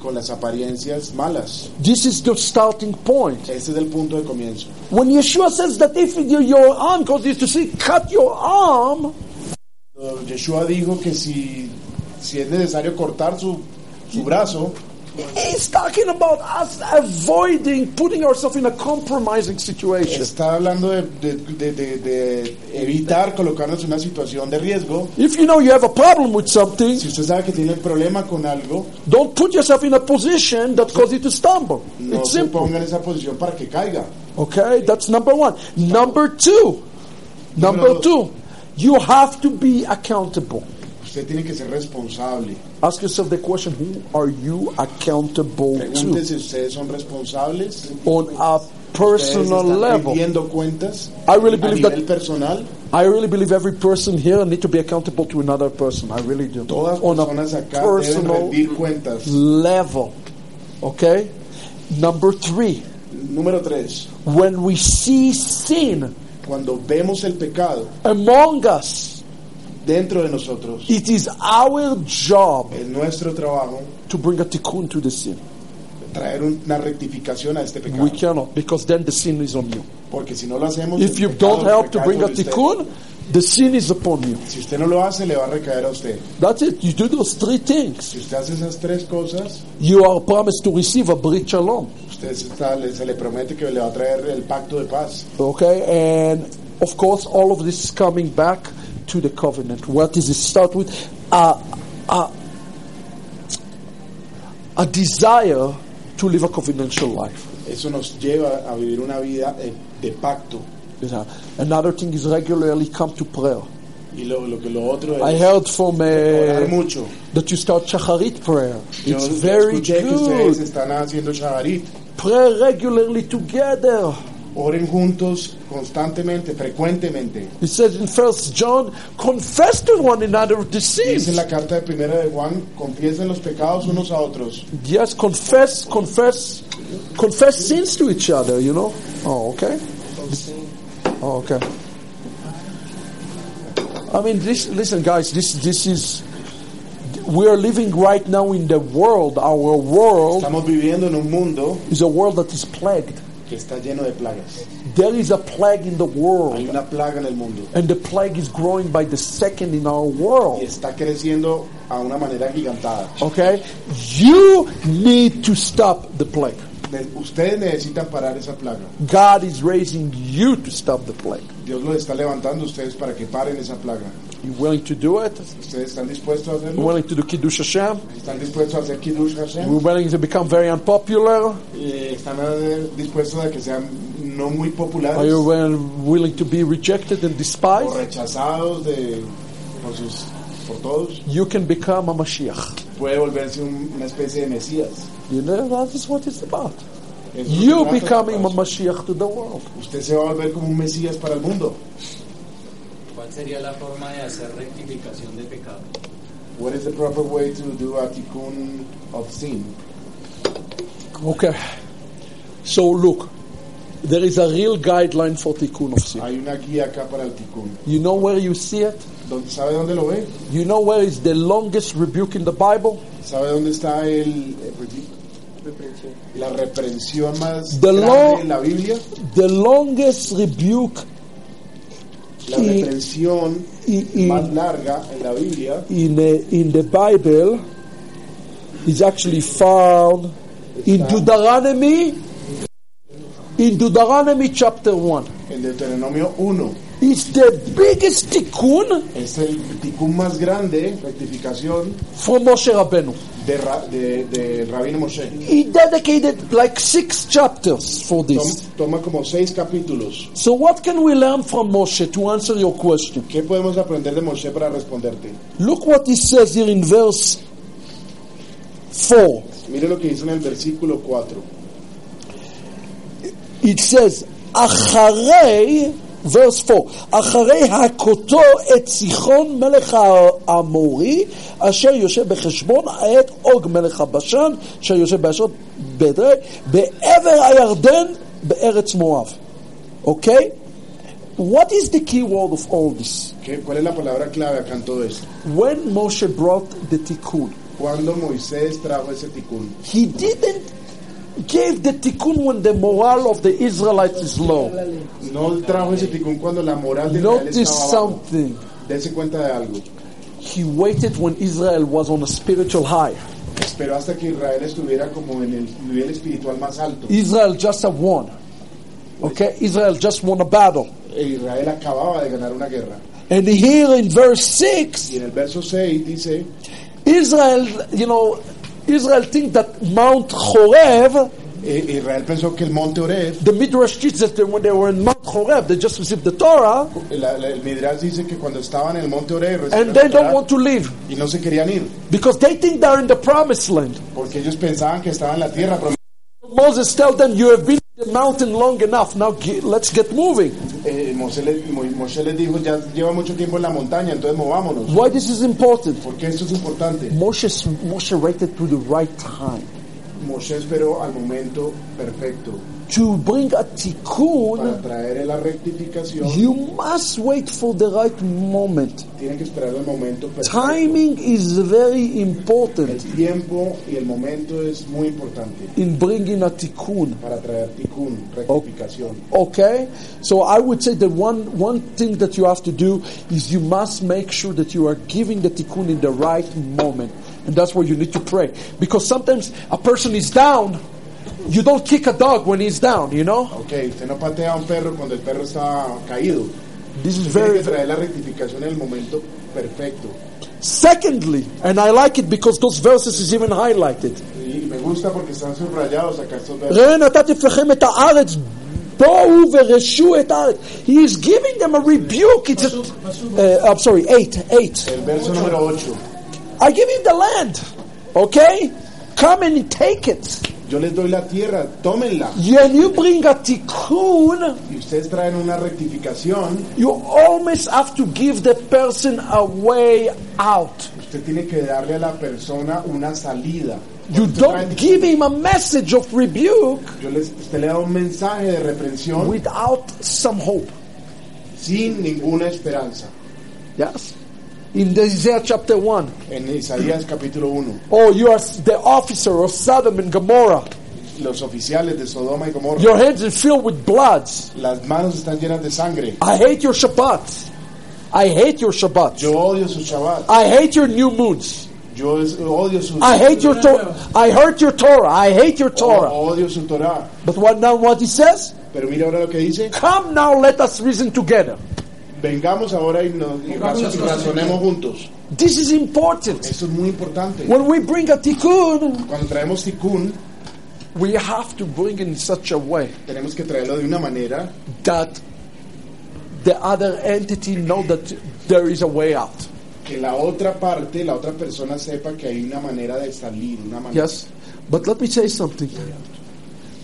C: con las apariencias malas.
B: This is the starting point.
C: Este es el punto de comienzo.
B: When Yeshua says that if you- your arm goes is to see, cut your arm,
C: Uh, Yeshua dijo que si, si es necesario cortar su, su brazo,
B: he's talking about us avoiding putting ourselves in a compromising situation.
C: está hablando de, de- de- de- de evitar colocarnos en una situación de riesgo.
B: If you know you have a problem with something,
C: Si usted sabe que tiene problema con algo,
B: don't put yourself in a position that causes you to stumble.
C: no
B: It's
C: se
B: simple.
C: ponga en esa posición para que caiga.
B: Okay, that's number one. Number two, number
C: Número
B: two, you have to be accountable.
C: Usted tiene que ser responsable.
B: Ask yourself the question: Who are you accountable
C: Pregúntese
B: to
C: si ustedes son responsables.
B: on a
C: Ustedes
B: personal
C: están
B: level?
C: pidiendo cuentas
B: I really
C: a
B: believe that-
C: nivel personal.
B: I really believe every person here need to be accountable to another person. I really do.
C: Todas
B: On
C: personas
B: a
C: acá deben
B: personal
C: rendir cuentas.
B: level. Okay. Number three,
C: Número tres.
B: when we see sin
C: Cuando vemos el pecado
B: among us,
C: dentro de nosotros,
B: it is our job
C: es nuestro trabajo
B: to bring a tikkun to the sin.
C: traer un- una rectificación a este pecado.
B: We cannot, because then the sin is on you.
C: Porque si no lo hacemos,
B: If
C: el
B: you
C: pecado
B: don't help to
C: recae
B: bring a
C: sobre usted.
B: tikkun, the sin is upon you.
C: Si usted no lo hace, le va a recaer a usted.
B: That's it. You do those three things.
C: Si usted hace esas tres cosas,
B: You are promised to receive a brit shalom.
C: usted se, está- le- se le promete que le va a traer el pacto de paz.
B: Okay, and of course, all of this is coming back to the covenant. What does it start with? A, a, a desire to live a covenantal life.
C: Eso nos lleva a vivir una vida eh, de pacto.
B: You know, Another thing is regularly come to prayer.
C: Y lo, lo que lo otro
B: I
C: es
B: heard from
C: orar
B: uh,
C: mucho.
B: that you start shacharit prayer.
C: Yo
B: It's very
C: escuché que ustedes
B: good.
C: están haciendo shaharit.
B: Pray regularly together.
C: Oren juntos constantemente, frecuentemente.
B: It says in First John, confess to one another the
C: Dice en
B: sins.
C: la carta de primera de Juan, confiesen los pecados unos a otros.
B: Yes, confess, confess, confess sins to each other. You know. Oh, okay. Oh, okay. I mean, this, listen, guys. This, this is. We are living right now in the world. Our world
C: Estamos viviendo en un mundo
B: is a world that is plagued.
C: que está lleno de plagas.
B: There is a plague in the
C: Hay
B: world,
C: una plaga en el mundo
B: and the plague is growing by the second in our
C: y
B: world.
C: está creciendo a una manera gigantada.
B: Okay, you need to stop the plague.
C: Ustedes necesitan parar esa plaga.
B: God is raising you to stop the plague.
C: Dios los está levantando a ustedes para que paren esa plaga.
B: You willing to do it?
C: ¿Ustedes están dispuestos a
B: We're
C: hacerlo?
B: willing to do Kiddush Hashem.
C: ¿Están dispuestos a hacer Kiddush Hashem?
B: We're willing to become very unpopular.
C: Eh, ¿Están eh, dispuestos a que sean no muy
B: Are
C: populares
B: you well- willing to be rejected and
C: o
B: despised?
C: rechazados de, por, sus, por todos?
B: You can become a Mashiach.
C: Puede volverse un- una especie de Mesías.
B: You know, that is what it's about.
C: Eso es lo que
B: You
C: trata,
B: becoming a
C: papás.
B: Mashiach to the world.
C: Usted se va a volver como un Mesías para el mundo.
D: ¿Cuál sería la forma de hacer rectificación de pecado?
C: What is the proper way to do a tikkun of sin?
B: Okay. So look, there is a real guideline for Tikkun of Sin.
C: Hay una guía acá para el tikkun.
B: You know where you see it?
C: ¿Dónde- ¿Sabe dónde lo ve?
B: You know where is the longest rebuke in the Bible?
C: ¿Sabe dónde está el, eh, pues, la reprensión más
B: The
C: grande
B: law-
C: en la Biblia?
B: The longest rebuke
C: La
B: y-
C: reprensión
B: i- in,
C: más larga en la Biblia
B: in, uh, in the Bible is actually found in Deuteronomy, in Deuteronomy chapter 1.
C: en Deuteronomio 1.
B: It's the biggest tikkun
C: Es el tikkun más grande, rectificación,
B: from Moshe Rabbeinu.
C: de, Ra- de, de Rabino Moshe.
B: He dedicated like six chapters for this.
C: Tom- Toma como seis capítulos.
B: So, what can we learn from Moshe to answer your question?
C: ¿Qué podemos aprender de Moshe para responderte?
B: Look what he says here in verse 4.
C: Mire lo que dice en el versículo 4.
B: it says, אחרי, verse 4, אחרי הכותו את סיחון מלך האמורי, אשר יושב בחשבון, את עוג מלך הבשן, אשר יושב באשון בדרי, בעבר הירדן, בארץ מואב. אוקיי? What is the key word of all this?
C: ¿Qué- ¿Cuál es la palabra clave acá en todo esto?
B: When Moshe brought the tikkun,
C: Cuando Moisés trajo ese ticún,
B: he didn't give the tikkun when the moral of the Israelites is low.
C: no trajo ese ticún cuando la moral de Israel
B: Notice
C: estaba abajo.
B: something.
C: Dese cuenta de algo.
B: He waited when Israel was on a spiritual high.
C: Esperó hasta que Israel estuviera como en el nivel espiritual más alto.
B: Israel just have won. Okay, Israel just won a battle.
C: E Israel acababa de ganar una guerra.
B: And here in verse 6,
C: Y en el verso 6 dice,
B: Israel, you know, Israel think that Mount Horeb,
C: eh, Israel pensó que el monte Oreb,
B: the Midrash teaches that when they were in Mount Horeb, they just received the Torah,
C: la- la- el Midrash dice que cuando estaban en el monte Oreb recibieron
B: and
C: la
B: they don't
C: Torá
B: want to leave
C: y no se querían ir,
B: because they think they're in the promised land.
C: porque ellos pensaban que estaban en la tierra prometida.
B: Moses tell them, you have been in the mountain long enough, now ge- let's get moving.
C: Eh, Moshe, les, Mo- Moshe les dijo, ya lleva mucho tiempo en la montaña, entonces movámonos.
B: Why this is important?
C: Porque esto es importante.
B: Moshe, Moshe waited to the right time
C: Moshe esperó al momento perfecto
B: to bring a
C: para
B: tikkun
C: traer la rectificación.
B: You must wait for the right moment.
C: Tienen que esperar el momento perfecto.
B: Timing is very
C: El
B: important
C: tiempo y el momento es muy importante
B: in bringing a tikkun.
C: para traer tikkun, rectificación.
B: Okay? So I would say the one, one thing that you have to do is you must make sure that you are giving the tikkun in the right moment. And that's where you need to pray. Because sometimes a person is down, you don't kick a dog when he's down, you know?
C: Ok, usted no patea a un perro cuando el perro está caído.
B: This is
C: Tiene
B: very,
C: que traer la rectificación en el momento perfecto.
B: Secondly, and I like it because those verses is even highlighted.
C: Y me gusta porque están subrayados acá estos versos.
B: ראה נתתי לפניכם את הארץ, בואו ורשו את הארץ. He is giving them a rebuke. It's a, uh, I'm sorry, eight, eight.
C: El verso número 8.
B: I give you the land, okay? Come and take it.
C: Yo les doy la tierra, tómenla.
B: When you bring a tikkun,
C: Y ustedes traen una rectificación.
B: you almost have to give the person a way out.
C: Usted tiene que darle a la persona una salida.
B: You don't give him a message of rebuke
C: Yo les, usted le da un mensaje de reprensión
B: without some hope.
C: sin ninguna esperanza.
B: Yes? In Isaiah chapter 1.
C: En Isaías capítulo 1,
B: Oh, you are the officer of Sodom and Gomorrah.
C: los oficiales de Sodoma y Gomorra,
B: Your hands are filled with bloods.
C: las manos están llenas de sangre.
B: I hate your Shabbat. I hate your
C: Yo
B: Shabbat.
C: odio sus Shabbat.
B: I hate your new moons.
C: Yo es- odio sus
B: I hate your Torah. I hurt your Torah. I hate your Torah.
C: odio su Torah.
B: But what now? What he says?
C: Pero mira ahora lo que dice.
B: Come now, let us reason together.
C: Vengamos ahora y, nos, y razo- y razonemos juntos.
B: This is important.
C: Esto es muy importante.
B: When we bring a tikkun,
C: Cuando traemos tikkun,
B: we have to bring in such a way
C: tenemos que traerlo de una manera
B: that the other entity know that there is a way out.
C: que la otra parte, la otra persona sepa que hay una manera de salir, una manera.
B: Yes, but let me say something.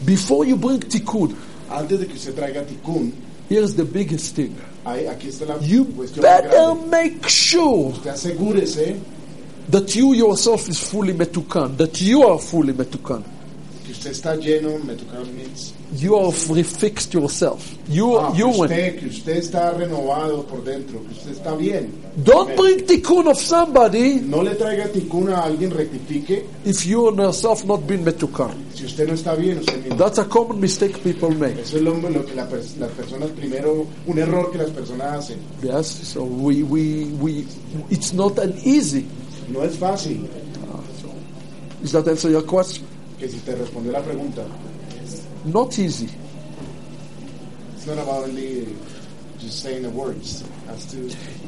B: Before you bring tikkun,
C: Antes de que usted traiga tikkun,
B: here's the biggest thing.
C: ahí- aquí está la
B: You
C: cuestión más
B: better
C: grande.
B: make sure
C: Usted asegúrese
B: that you yourself is fully metukan, that you are fully metukan.
C: que usted está lleno, me tocaron mis-
B: You are refixed yourself. You
C: Ah, que
B: Oh, you win.
C: usted, que usted está renovado por dentro, que usted está bien.
B: Don't bring tikkun of somebody
C: No le traiga tikkun a alguien, rectifique
B: if you and yourself not been metukan.
C: si usted no está bien usted mismo.
B: That's a common mistake people make.
C: Eso es lo, lo que la pers- las personas primero, un error que las personas hacen.
B: Yes, so we we we. It's not an easy.
C: No es fácil
B: Is that answer your question?
C: que si te responde la pregunta.
B: Not easy.
C: It's not about only just saying the words. As to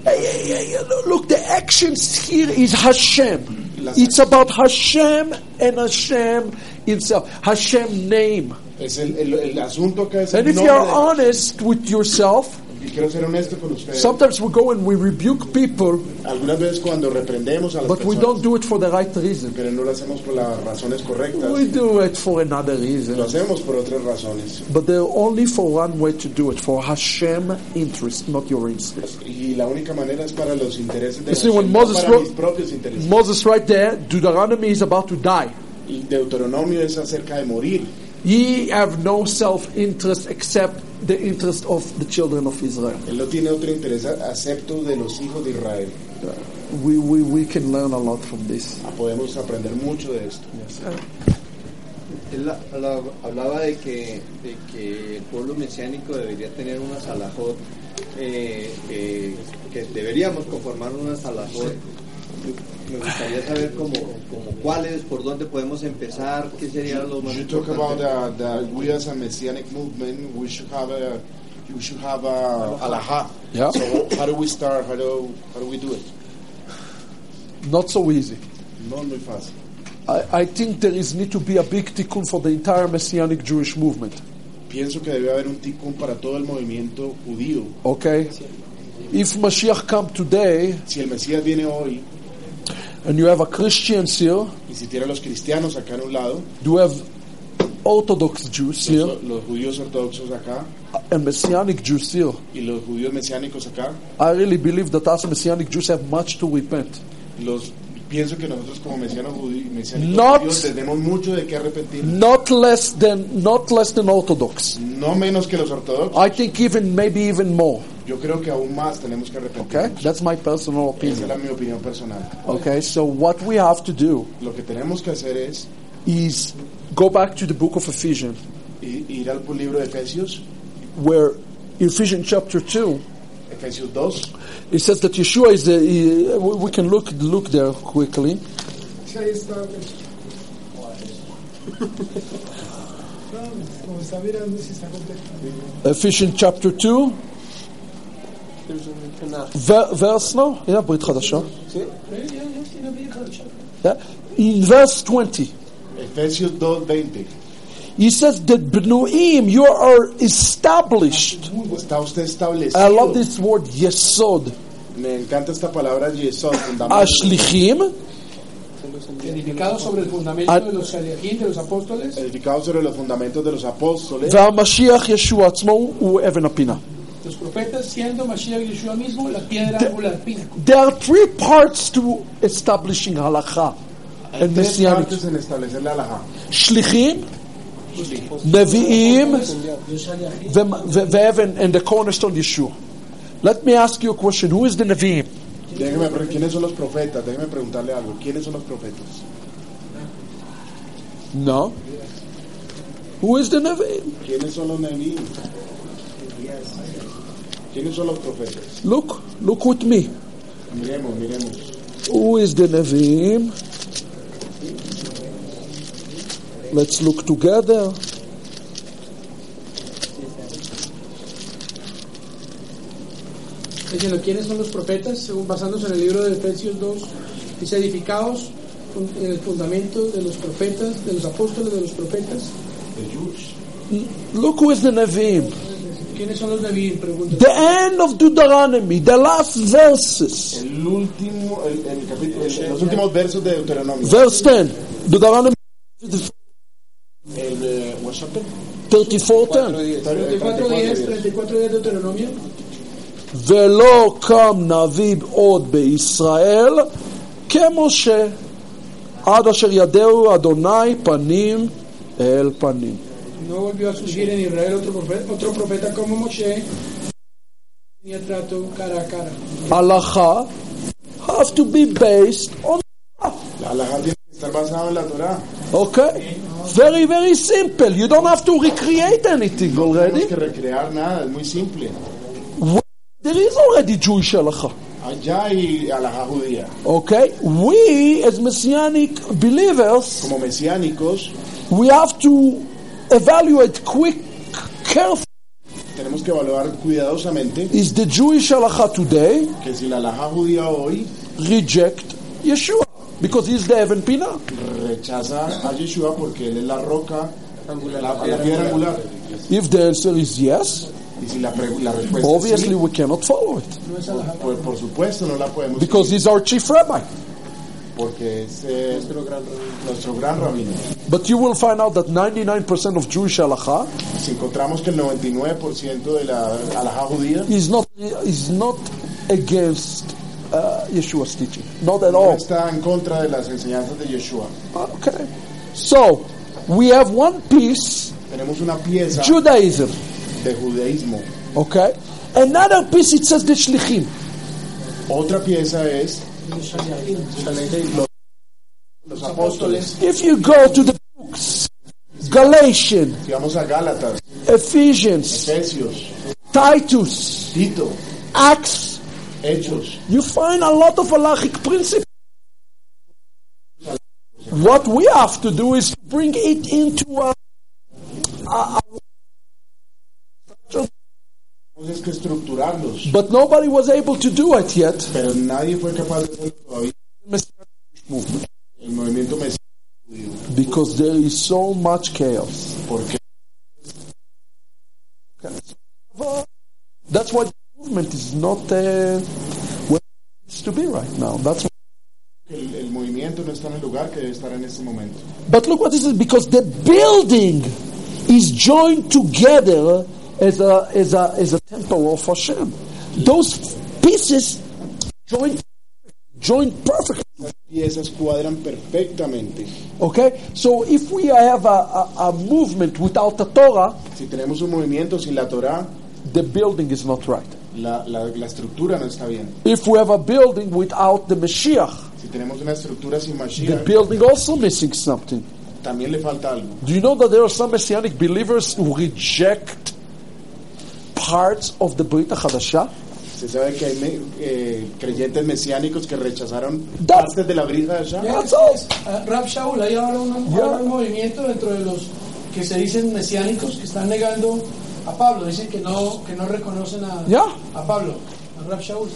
B: Yeah, yeah, yeah, yeah. Look, the actions here is Hashem.
C: Las-
B: It's about Hashem and Hashem himself. Hashem name.
C: es el, el, el asunto acá es
B: And
C: el
B: if you are
C: nombre.
B: honest with yourself,
C: Y quiero ser honesto con ustedes.
B: sometimes we go and we rebuke people,
C: Algunas veces cuando reprendemos a las
B: but we
C: personas,
B: don't do it for the right reason.
C: pero no lo hacemos por las razones correctas.
B: We do it for another
C: Lo
B: reason.
C: hacemos por otras razones.
B: But there are only for one way to do it, for Hashem interest, not your interest.
C: Y la única manera es para los intereses de
B: You see,
C: Hashem,
B: when
C: no
B: Moses
C: para
B: wrote-
C: mis propios intereses.
B: Moses right there, Deuteronomy is about to die.
C: Y Deuteronomio es acerca de morir.
B: Ye have no self interest except the interest of the children of Israel.
C: Él no tiene otro interés acepto de los hijos de Israel. Ah,
B: We, we, we can learn a lot from this.
C: Podemos aprender mucho de esto.
G: Él hablaba, hablaba de, que, de que el pueblo mesiánico debería tener una salajot, eh, que, que deberíamos conformar una salajot. Me gustaría saber cómo, cómo cuáles, por dónde podemos empezar, qué sería lo más
C: You talk about
G: importante.
C: uh, that we as a messianic movement, we should have a, we should have a alaha.
B: Yeah.
C: So how do we start? How do how do we do it?
B: Not so easy.
C: No muy fácil.
B: I, I think there is need to be a big tikkun for the entire messianic Jewish movement.
C: Pienso que debe haber un tikkun para todo el movimiento judío.
B: Okay? If Mashiach come today
C: Si el Mesías viene hoy
B: and you have a Christians here,
C: y si tiene a los cristianos acá en un lado,
B: you have Orthodox Jews here
C: los, los judíos ortodoxos acá
B: and Messianic Jews here.
C: y los judíos mesiánicos acá,
B: I really believe that us Messianic Jews have much to repent.
C: los pienso que nosotros como mesianos judíos, mesiánicos
B: Not-
C: judíos tenemos mucho de qué arrepentir,
B: Not less than not less than Orthodox.
C: no menos que los ortodoxos.
B: I think even maybe even more.
C: Yo creo que aún más tenemos que arrepentirnos.
B: Okay? That's my personal
C: Esa es
B: opinion.
C: la mi opinión personal.
B: Okay, so what we have to do
C: Lo que tenemos que hacer es
B: is go back to the book of Ephesians,
C: i- ir al libro de Efesios,
B: where Ephesians chapter two
C: Efesios 2,
B: it says that Yeshua is the. he- we we can look look there quickly.
E: Sí, ahí está. güey. No, como está mirando si está contento.
B: Ephesians chapter two, ver- verse no, yeah, Brit Hadashah. Yeah. In verse twenty,
C: Efesios 2, 20.
B: he says that Bnuim, you are established.
C: Está usted
B: I love
C: establecido.
B: this word Yesod.
C: Me encanta esta palabra Yesod, fundamento.
B: Ashlichim.
E: Edificado sobre el fundamento
B: Ah.
E: de los Eliakim, de los apóstoles.
C: edificado sobre los fundamentos de los apóstoles,
B: והמשיח ישוע עצמו הוא אבן הפינה.
E: Los profetas, siendo Mashiach y Yeshua mismo, la piedra angular, pináculo.
B: There are three parts to establishing halacha
C: hay
B: and
C: tres
B: messianism.
C: partes en establecer la alhaja.
B: שליחים, נביאים, ו- ו- ואבן, and the cornerstone Yeshua. Let me ask you a question, who is the נביאים?
C: Déjeme pre- ¿quiénes son los profetas? Déjeme preguntarle algo. ¿Quiénes son los profetas?
B: No. Who is the נביאים?
C: ¿Quiénes son los Neví? ¿Quiénes son los profetas?
B: Look, look with me.
C: Miremos, miremos.
B: Who is the Nevi'im? Let's look together.
E: Diciendo, ¿quiénes son los profetas? Según basándose en el libro de Efesios 2, dice, edificados fun- en el fundamento de los profetas, de los apóstoles, de los profetas.
B: Look who is the Nevi'im.
E: ¿Quiénes son los David? Pregunta.
B: The end of Deuteronomy, the last verses,
C: El último, el, el capítulo, el- los últimos versos de Deuteronomio.
B: verse 10, Deuteronomy
C: El, eh, what happened?
B: 34, 10.
E: 34 días, 34 días de Deuteronomio.
B: ולא קם נביא עוד בישראל כמשה, עד אשר ידעו אדוני פנים אל פנים.
E: No volvió a surgir en Israel otro profeta, otro profeta como Moshe. Tenía trato cara a cara.
B: הלכה have to be based on,
C: La alhaja tiene que estar basada en la Torah.
B: okay? Very, very simple. You don't have to recreate anything
C: Tenemos
B: already.
C: que recrear nada, es muy simple.
B: There is already Jewish הלכה.
C: Allá hay alhaja judía.
B: Okay, we as messianic believers,
C: Como mesiánicos,
B: we have to evaluate quick, carefully.
C: tenemos que evaluar cuidadosamente
B: Is the Jewish halacha today
C: que si la alhaja judía hoy
B: reject Yeshua because he's the Evan Pina?
C: rechaza a Yeshua porque él es la roca, la, la piedra angular.
B: If the answer is yes,
C: Y si la, pre- la respuesta es sí,
B: obviously we cannot follow it
C: por, por supuesto no la podemos
B: because he's our chief rabbi.
C: seguir porque es eh, nuestro, gran rabino.
B: But you will find out that 99% of Jewish halacha
C: Si encontramos que el 99% de la alhaja judía
B: is not is not against uh, Yeshua's teaching, not at
C: no
B: all.
C: está en contra de las enseñanzas de Yeshua.
B: Okay. So we have one piece
C: Tenemos una pieza
B: Judaism.
C: de judaísmo.
B: Okay? Another piece it says the Shlichim.
C: Otra pieza es los, los apóstoles.
B: If you go to the books, Galatians,
C: Si vamos a Gálatas,
B: Ephesians,
C: Efesios,
B: Titus,
C: Tito,
B: Acts,
C: Hechos,
B: you find a lot of halachic principles. What we have to do is bring it into our
C: tenemos es que estructurarlos.
B: But nobody was able to do it yet.
C: Pero nadie fue capaz de hacerlo todavía. El movimiento mesiánico judío,
B: Because there is so much chaos.
C: porque
B: That's why the movement is not uh, where it needs to be right now. That's why.
C: el, el movimiento no está en el lugar que debe estar en este momento.
B: But look what it is because the building is joined together as a, as a, as a temple of Hashem. Those pieces join, join perfectly.
C: Y esas cuadran perfectamente.
B: Okay? So if we have a, a, a movement without the Torah,
C: Si tenemos un movimiento sin la Torá,
B: the building is not right.
C: la, la, la estructura no está bien.
B: If we have a building without the Mashiach,
C: Si tenemos una estructura sin
B: the
C: Mashiach,
B: building also missing something.
C: también le falta algo.
B: Do you know that there are some messianic believers who reject parts of the Brit Hadasha?
C: Se sabe que hay me- eh, creyentes mesiánicos que rechazaron
B: That's-
C: partes de la brisa de Hashem.
B: That's all.
E: Ah, Rab Shaul, hay ahora un, ahora un movimiento dentro de los que se dicen mesiánicos que están negando a Pablo, dicen que no, que no reconocen a,
B: Yeah.
E: a Pablo, a Rab Shaul.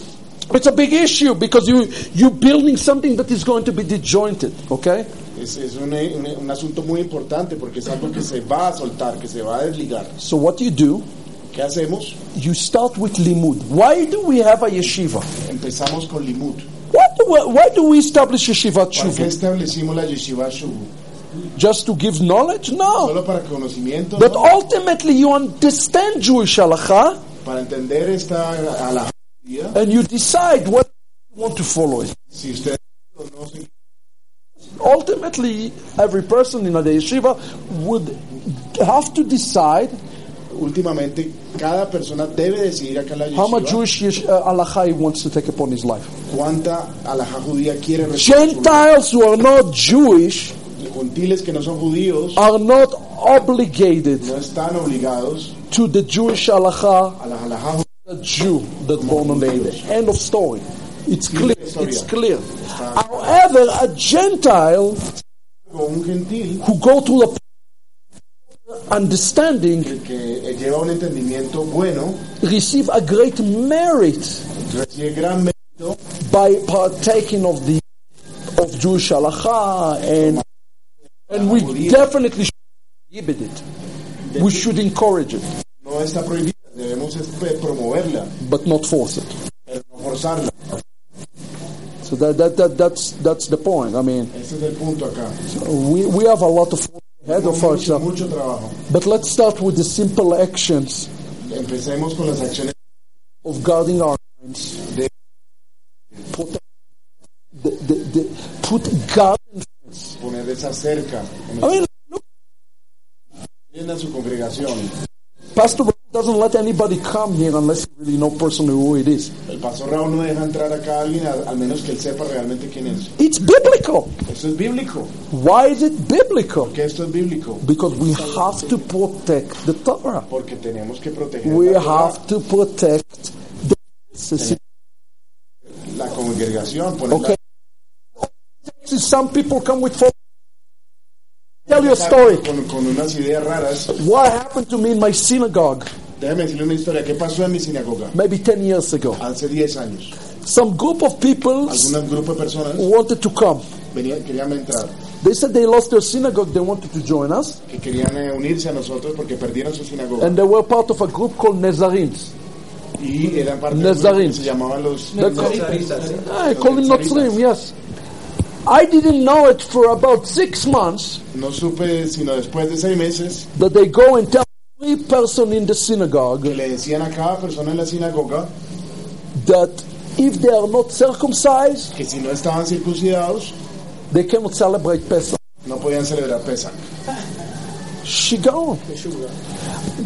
B: It's a big issue because you you're building something that is going to be disjointed. Okay,
C: Es, es un, eh, un, un asunto muy importante porque es algo que se va a soltar, que se va a desligar.
B: so what you do?
C: ¿Qué hacemos?
B: You start with limud. Why do we have a yeshiva?
C: Empezamos con Limud.
B: Why do we, why do we establish yeshiva
C: ¿Para qué
B: tshuva?
C: establecimos la Yeshiva Shubu?
B: Just to give knowledge? No.
C: Solo para conocimiento,
B: That
C: ¿no?
B: ultimately you understand Jewish halacha
C: para entender esta a la judía,
B: and you decide what you want to follow it.
C: si usted conoce
B: ultimately every person in a yeshiva would have to decide
C: últimamente cada persona debe decidir acá en la
B: how much
C: yeshiva
B: Jewish yesh- uh, halacha he wants to take upon his life.
C: cuánta alhaja judía quiere recibir.
B: Gentiles who are not Jewish
C: Gentiles que no son judíos
B: are not obligated
C: no están obligados
B: to the Jewish halacha
C: a la halajá judía.
B: the Jew that born on the Eidah. End of story. It's clear. It's clear. However, a Gentile
C: o un gentil
B: who go to the understanding
C: que, que lleva un entendimiento bueno
B: receive a great merit
C: recibe gran mérito
B: by partaking of the of Jewish halacha, and and we definitely should prohibit it. We should encourage it,
C: no está prohibida debemos es- pe- promoverla
B: but not force it.
C: pero no forzarla
B: So that, that, that that's that's the point. I mean,
C: ese es el punto acá
B: we, we have a lot of ahead of
C: mucho,
B: ourselves,
C: mucho trabajo
B: but let's start with the simple actions
C: empecemos con las acciones
B: of guarding our minds. Put, the, the, the, put God.
C: poner esa cerca en
B: I
C: el-
B: mean, look,
C: en a su congregación
B: Pastor doesn't let anybody come here unless you really know personally who it is.
C: el pastor Raúl no deja entrar acá a alguien al, al menos que él sepa realmente quién es
B: It's biblical.
C: esto es bíblico
B: Why is it biblical?
C: porque esto es bíblico
B: Because we have to protect the Torah.
C: porque tenemos que proteger
B: We
C: la,
B: have to protect the necessity.
C: la congregación poner
B: Okay. See, some people come with. false- Tell your story.
C: Con, con unas ideas raras
B: What happened to me in my synagogue
C: Déjeme decirle una historia. ¿Qué pasó en mi sinagoga?
B: maybe ten years ago?
C: Hace 10 años.
B: Some group of people
C: Algún grupo de personas
B: wanted to come.
C: venían, querían entrar,
B: They said they lost their synagogue. They wanted to join us,
C: que querían eh, unirse a nosotros porque perdieron su sinagoga.
B: and they were part of a group called Nezarins.
C: Y eran parte de un grupo
B: Nazarín.
C: que se llamaban los...
B: That's I call him
C: Nazaritas.
B: Notzrim. Yes. I didn't know it for about six months.
C: No supe, sino después de seis meses,
B: that they go and tell every person in the synagogue
C: que le decían a cada persona en la sinagoga
B: that if they are not circumcised,
C: que si no estaban circuncidados,
B: they cannot celebrate Pesach.
C: no podían celebrar Pesach.
B: Shigaon.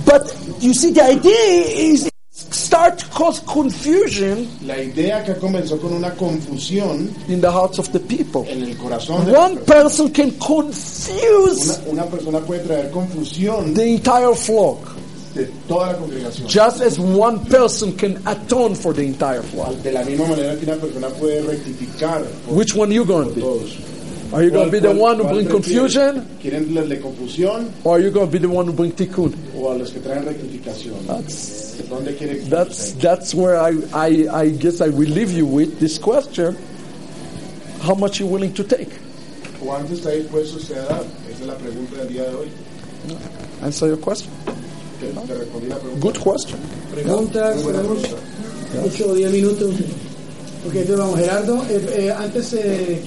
B: But you see, the idea is start to cause confusion
C: La idea que comenzó con una confusión
B: in the hearts of the people.
C: en el corazón de
B: One
C: la persona.
B: person can confuse
C: una, una persona puede traer confusión
B: the entire flock,
C: de toda la congregación.
B: just as one person can atone for the entire flock.
C: De la misma manera que una persona puede rectificar por
B: Which one are you going to be?
C: todos.
B: Are you going to be the
C: ¿Cuál-
B: one who
C: cuál
B: bring
C: prefieren?
B: confusion,
C: ¿Quieren la de confusión
B: or are you going to be the one who bring tikkun?
C: o a los que traen rectificación?
B: That's
C: ¿Dónde quieren que
B: Ah. that's that's where I, I I guess I will leave you with this question: How much you willing to take?
C: ¿Cuánto está dispuesto usted a dar? Esa es la pregunta del día de hoy.
B: Answer your question.
C: Te, te respondí la pregunta.
B: Good question.
E: Preguntas, tenemos 8 o 10 minutos. Ok, entonces vamos, Gerardo. eh, eh, antes eh,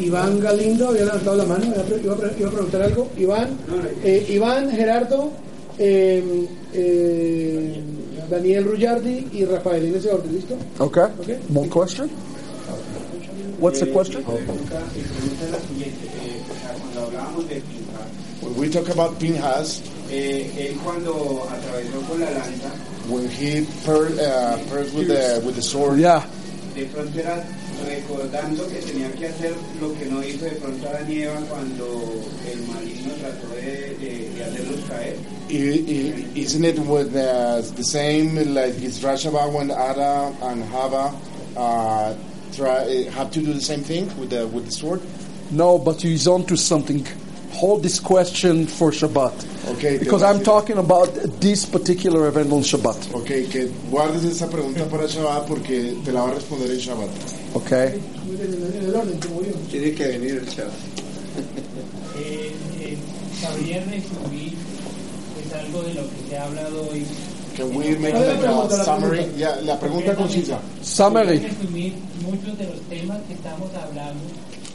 E: Iván Galindo había levantado la mano, había pre- iba a, pre- iba a preguntar algo. Iván, eh, Iván, Gerardo, eh, eh, Daniel Rullardi y Rafael en ese orden, ¿listo?
B: Okay.
E: Okay.
B: More question. What's the question?
F: eh, cuando hablábamos de Pinja,
C: When we talk about Pinhas,
F: él cuando atravesó con la lanza,
C: when he per, uh, first with the with the sword,
B: Yeah.
F: de pronto era recordando que tenía que hacer lo que no hizo de pronto Adán y Eva cuando el maligno trató de, de- de hacerlos caer.
C: i- i- isn't it with uh, the same like it's Rashaba when Ada and Hava uh, try, have to do the same thing with the with the sword?
B: No, but he's on to something. Hold this question for Shabbat.
C: Okay,
B: Because
C: te voy a
B: I'm
C: decir-
B: talking about this particular event on Shabbat.
C: Ok, que guardes esa pregunta para Shabbat porque te la va a responder en Shabbat.
B: Okay.
E: En el orden, como yo.
G: Tiene que venir el chaval.
H: Eh, eh, sabría resumir pues algo de lo que se ha hablado hoy.
C: Can we make
E: ¿Cuál es la
C: like a
E: pregunta, la
C: summary?
E: pregunta?
C: Ya, la pregunta concisa.
H: Podría
B: Summary.
H: resumir muchos de los temas que estamos hablando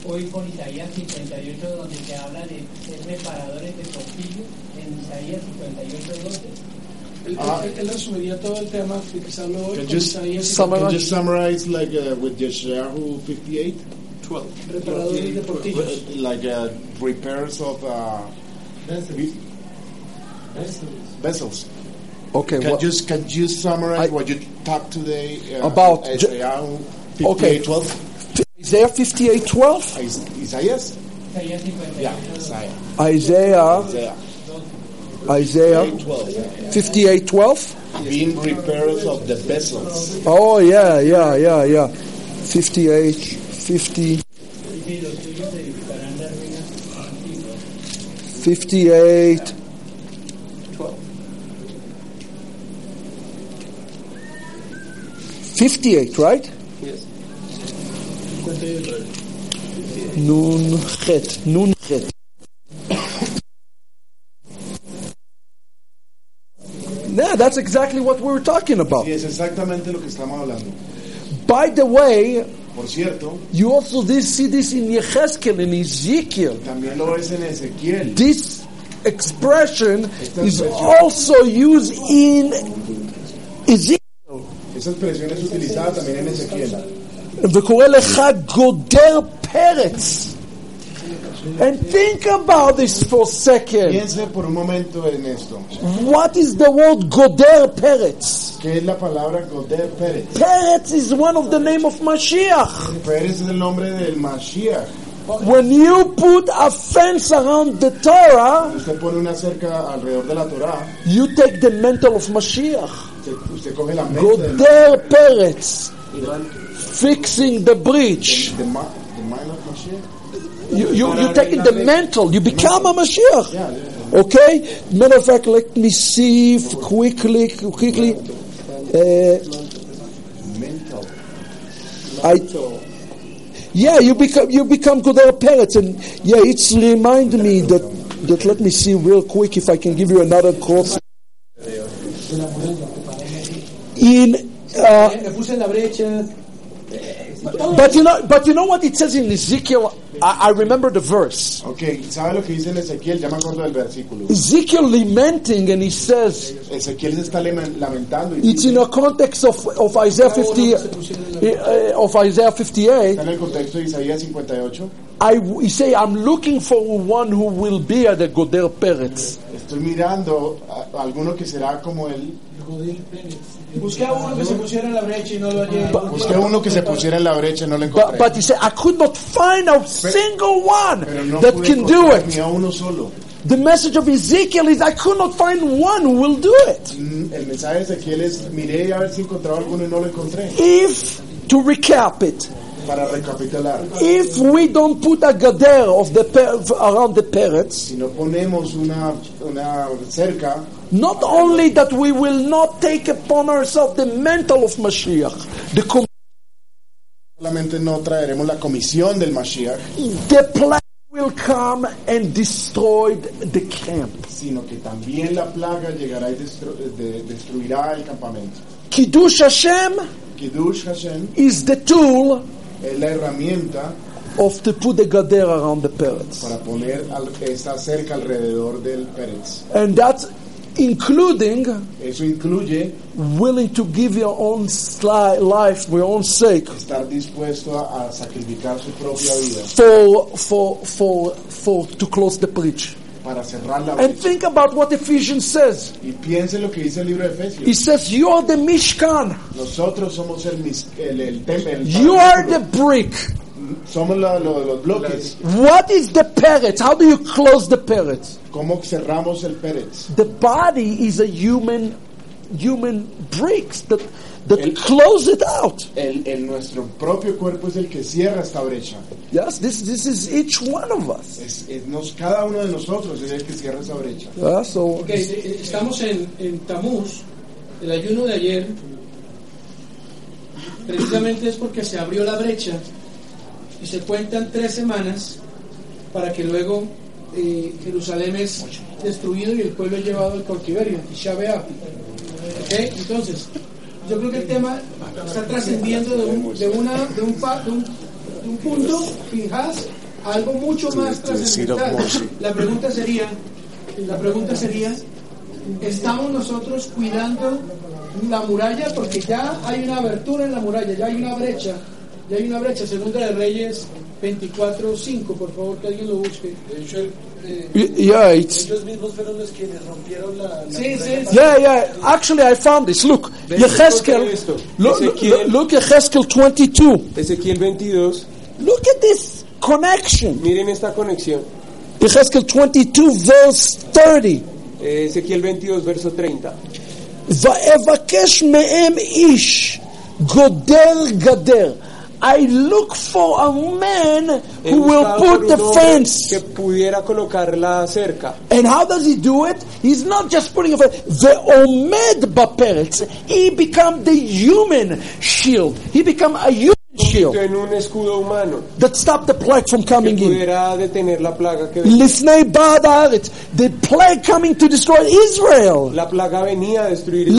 H: hoy con Isaías 58, donde se habla de ser reparadores de portillos en Isaías 58, 12.
E: Él,
C: Ah.
E: él- él resumiría todo el tema, fixarlo hoy,
C: Can
E: con
C: you s- Can
E: Isaías,
C: you
B: Summarize.
C: summarize like uh, with Yeshayahu 58?
E: reparadores de portillos.
C: Like uh, repairs of uh, vessels.
B: Okay.
C: Can
B: what-
C: you can you summarize
B: I-
C: what you talked today uh,
B: About Je-
C: Yeshayahu 58
B: Okay.
C: 12?
B: Isaiah 58 12.
C: Is- Isaías?
H: Isaías 58,
C: Yeah,
H: 12.
C: Isaiah.
B: Isaiah,
C: Isaiah.
B: Isaiah
C: 12.
B: 58 12.
C: Being repairs of the vessels.
B: Oh, yeah, yeah, yeah, yeah. 58 50.
H: Y si los tuyos se edificarán las ruinas antiguas.
B: 58 58 right yes nun het nun het Yeah, that's exactly what we were talking about.
C: Y es exactamente lo que estamos hablando.
B: By the way,
C: Por cierto,
B: you also this, see this in Yehezkel and Ezekiel.
C: también lo ves en Ezequiel.
B: this expression is also used in Ezekiel.
C: Esa expresión es utilizada también en Ezequiel.
B: וקורא לך גודר פרץ. And think about this for a second.
C: Piense por un momento en esto.
B: What is the word גודר פרץ?
C: ¿Qué es la palabra Goder Pérez?
B: Peretz is one of the name of Mashiach.
C: Pérez es el nombre del Mashiach.
B: When you put a fence around the Torah,
C: Usted pone una cerca alrededor de la Torá,
B: you take the mantle of Mashiach.
C: usted, usted coge la mente del
B: גודר פרץ. Fixing the breach.
C: the ma- the mind of Mashiach.
B: You, you, you taking the mantle. You become a Mashiach.
C: Yeah, yeah.
B: Okay? Matter of fact, let me see if quickly, quickly. Uh,
C: Mental.
B: I, yeah, you become you become Godel Peretz, and yeah, it's remind me that that. Let me see real quick if I can give you another quote. In uh,
E: Me puse en la brecha.
B: but you know but you know what it says in Ezekiel. I, I remember the verse.
C: Ok, ¿sabe lo que dice en Ezequiel? Ya me acuerdo del versículo.
B: Ezekiel lamenting and he says
C: Ezequiel se está lema- lamentando y
B: it's
C: dice,
B: in a context of, of Isaiah 50 uh, of Isaiah 58
C: está en el contexto de Isaías 58.
B: I he say I'm looking for one who will be at the Goder Peretz
C: Estoy mirando a, a alguno que será como él.
E: Busqué a uno que se pusiera en la brecha y no lo hallé.
C: Busqué uno que se pusiera en la brecha y no lo
B: But,
C: encontré.
B: but he said, I could not find a single one
C: pero no
B: that
C: pude
B: can do
C: encontrar ni
B: it.
C: a uno solo.
B: The message of Ezekiel is, I could not find one who will do it.
C: Mm, El mensaje de Ezequiel es, miré a ver si encontraba alguno y no lo encontré.
B: If, to recap it,
C: Para recapitular,
B: if we don't put a gader of the per- around the parents,
C: si no ponemos una, una cerca,
B: not only that we will not take upon ourselves the mantle of Mashiach, the, com-
C: solamente no traeremos la comisión del Mashiach,
B: the plague will come and destroy the camp.
C: sino que también la plaga llegará y destru- de- destruirá el campamento.
B: Kiddush Hashem
C: Kiddush Hashem
B: is the tool
C: es la herramienta
B: of to put the gader around the parents.
C: para poner al, esta cerca alrededor del Pérez.
B: And that's including
C: Eso incluye
B: willing to give your own sli- life for your own sake
C: estar dispuesto a, a sacrificar su propia vida
B: for, for, for, for to close the breach.
C: para cerrar la
B: And
C: brecha.
B: think about what Ephesians says.
C: Y piense lo que dice el libro de
B: He
C: Efesios.
B: says, You are the Mishkan,
C: Nosotros somos el, mis- el, el tem- el
B: you are the
C: tabernáculo.
B: brick.
C: somos la- lo- los bloques.
B: What is the parrot? How do you close the parrot?
C: ¿Cómo cerramos el Pérez?
B: The body is a human human bricks that
C: El-
B: that close it out.
C: El, el- nuestro propio cuerpo es el que cierra esta brecha.
B: Yes, this this is each one of us.
C: Es, es nos, cada uno de nosotros es el que cierra esa brecha.
B: Yeah, so
A: Ok, eh, estamos en, en Tamuz, el ayuno de ayer, precisamente es porque se abrió la brecha y se cuentan tres semanas para que luego eh, Jerusalén es destruido y el pueblo es llevado al cautiverio, Tisha B'Av. Ok, entonces, yo creo que el tema está trascendiendo de un, de una, de un, pa- de un- de un punto, fijas, a algo mucho más trascendental. La pregunta sería, la pregunta sería, ¿estamos nosotros cuidando la muralla? Porque ya hay una abertura en la muralla, ya hay una brecha, ya hay una brecha. Segunda de Reyes 24.5, por favor, que alguien lo busque.
B: y- yeah, it's
A: Ellos mismos fueron los quienes rompieron la... sí, sí, sí.
B: Yeah, yeah. Actually, I found this. Look, Yecheskel. Look, look, look Yecheskel 22.
G: Ezequiel 22,
B: Look at this connection.
G: miren esta conexión.
B: Yecheskel 22, verse 30.
G: Eh, Ezequiel 22, verso 30.
B: Va'evakesh me'em ish goder gader. I look for a man
G: He
B: who will
G: buscaba
B: put
G: por
B: the
G: un hombre
B: fence.
G: Que pudiera colocarla cerca.
B: And how does he do it? He's not just putting a the omed baperetz. He become the human shield. He become a human shield
G: En un escudo humano.
B: that stop the plague from
G: Que
B: coming in.
G: pudiera detener la plaga que venía.
B: Lifnei ba'ad haaretz, the plague coming to destroy Israel.
G: La plaga venía a destruir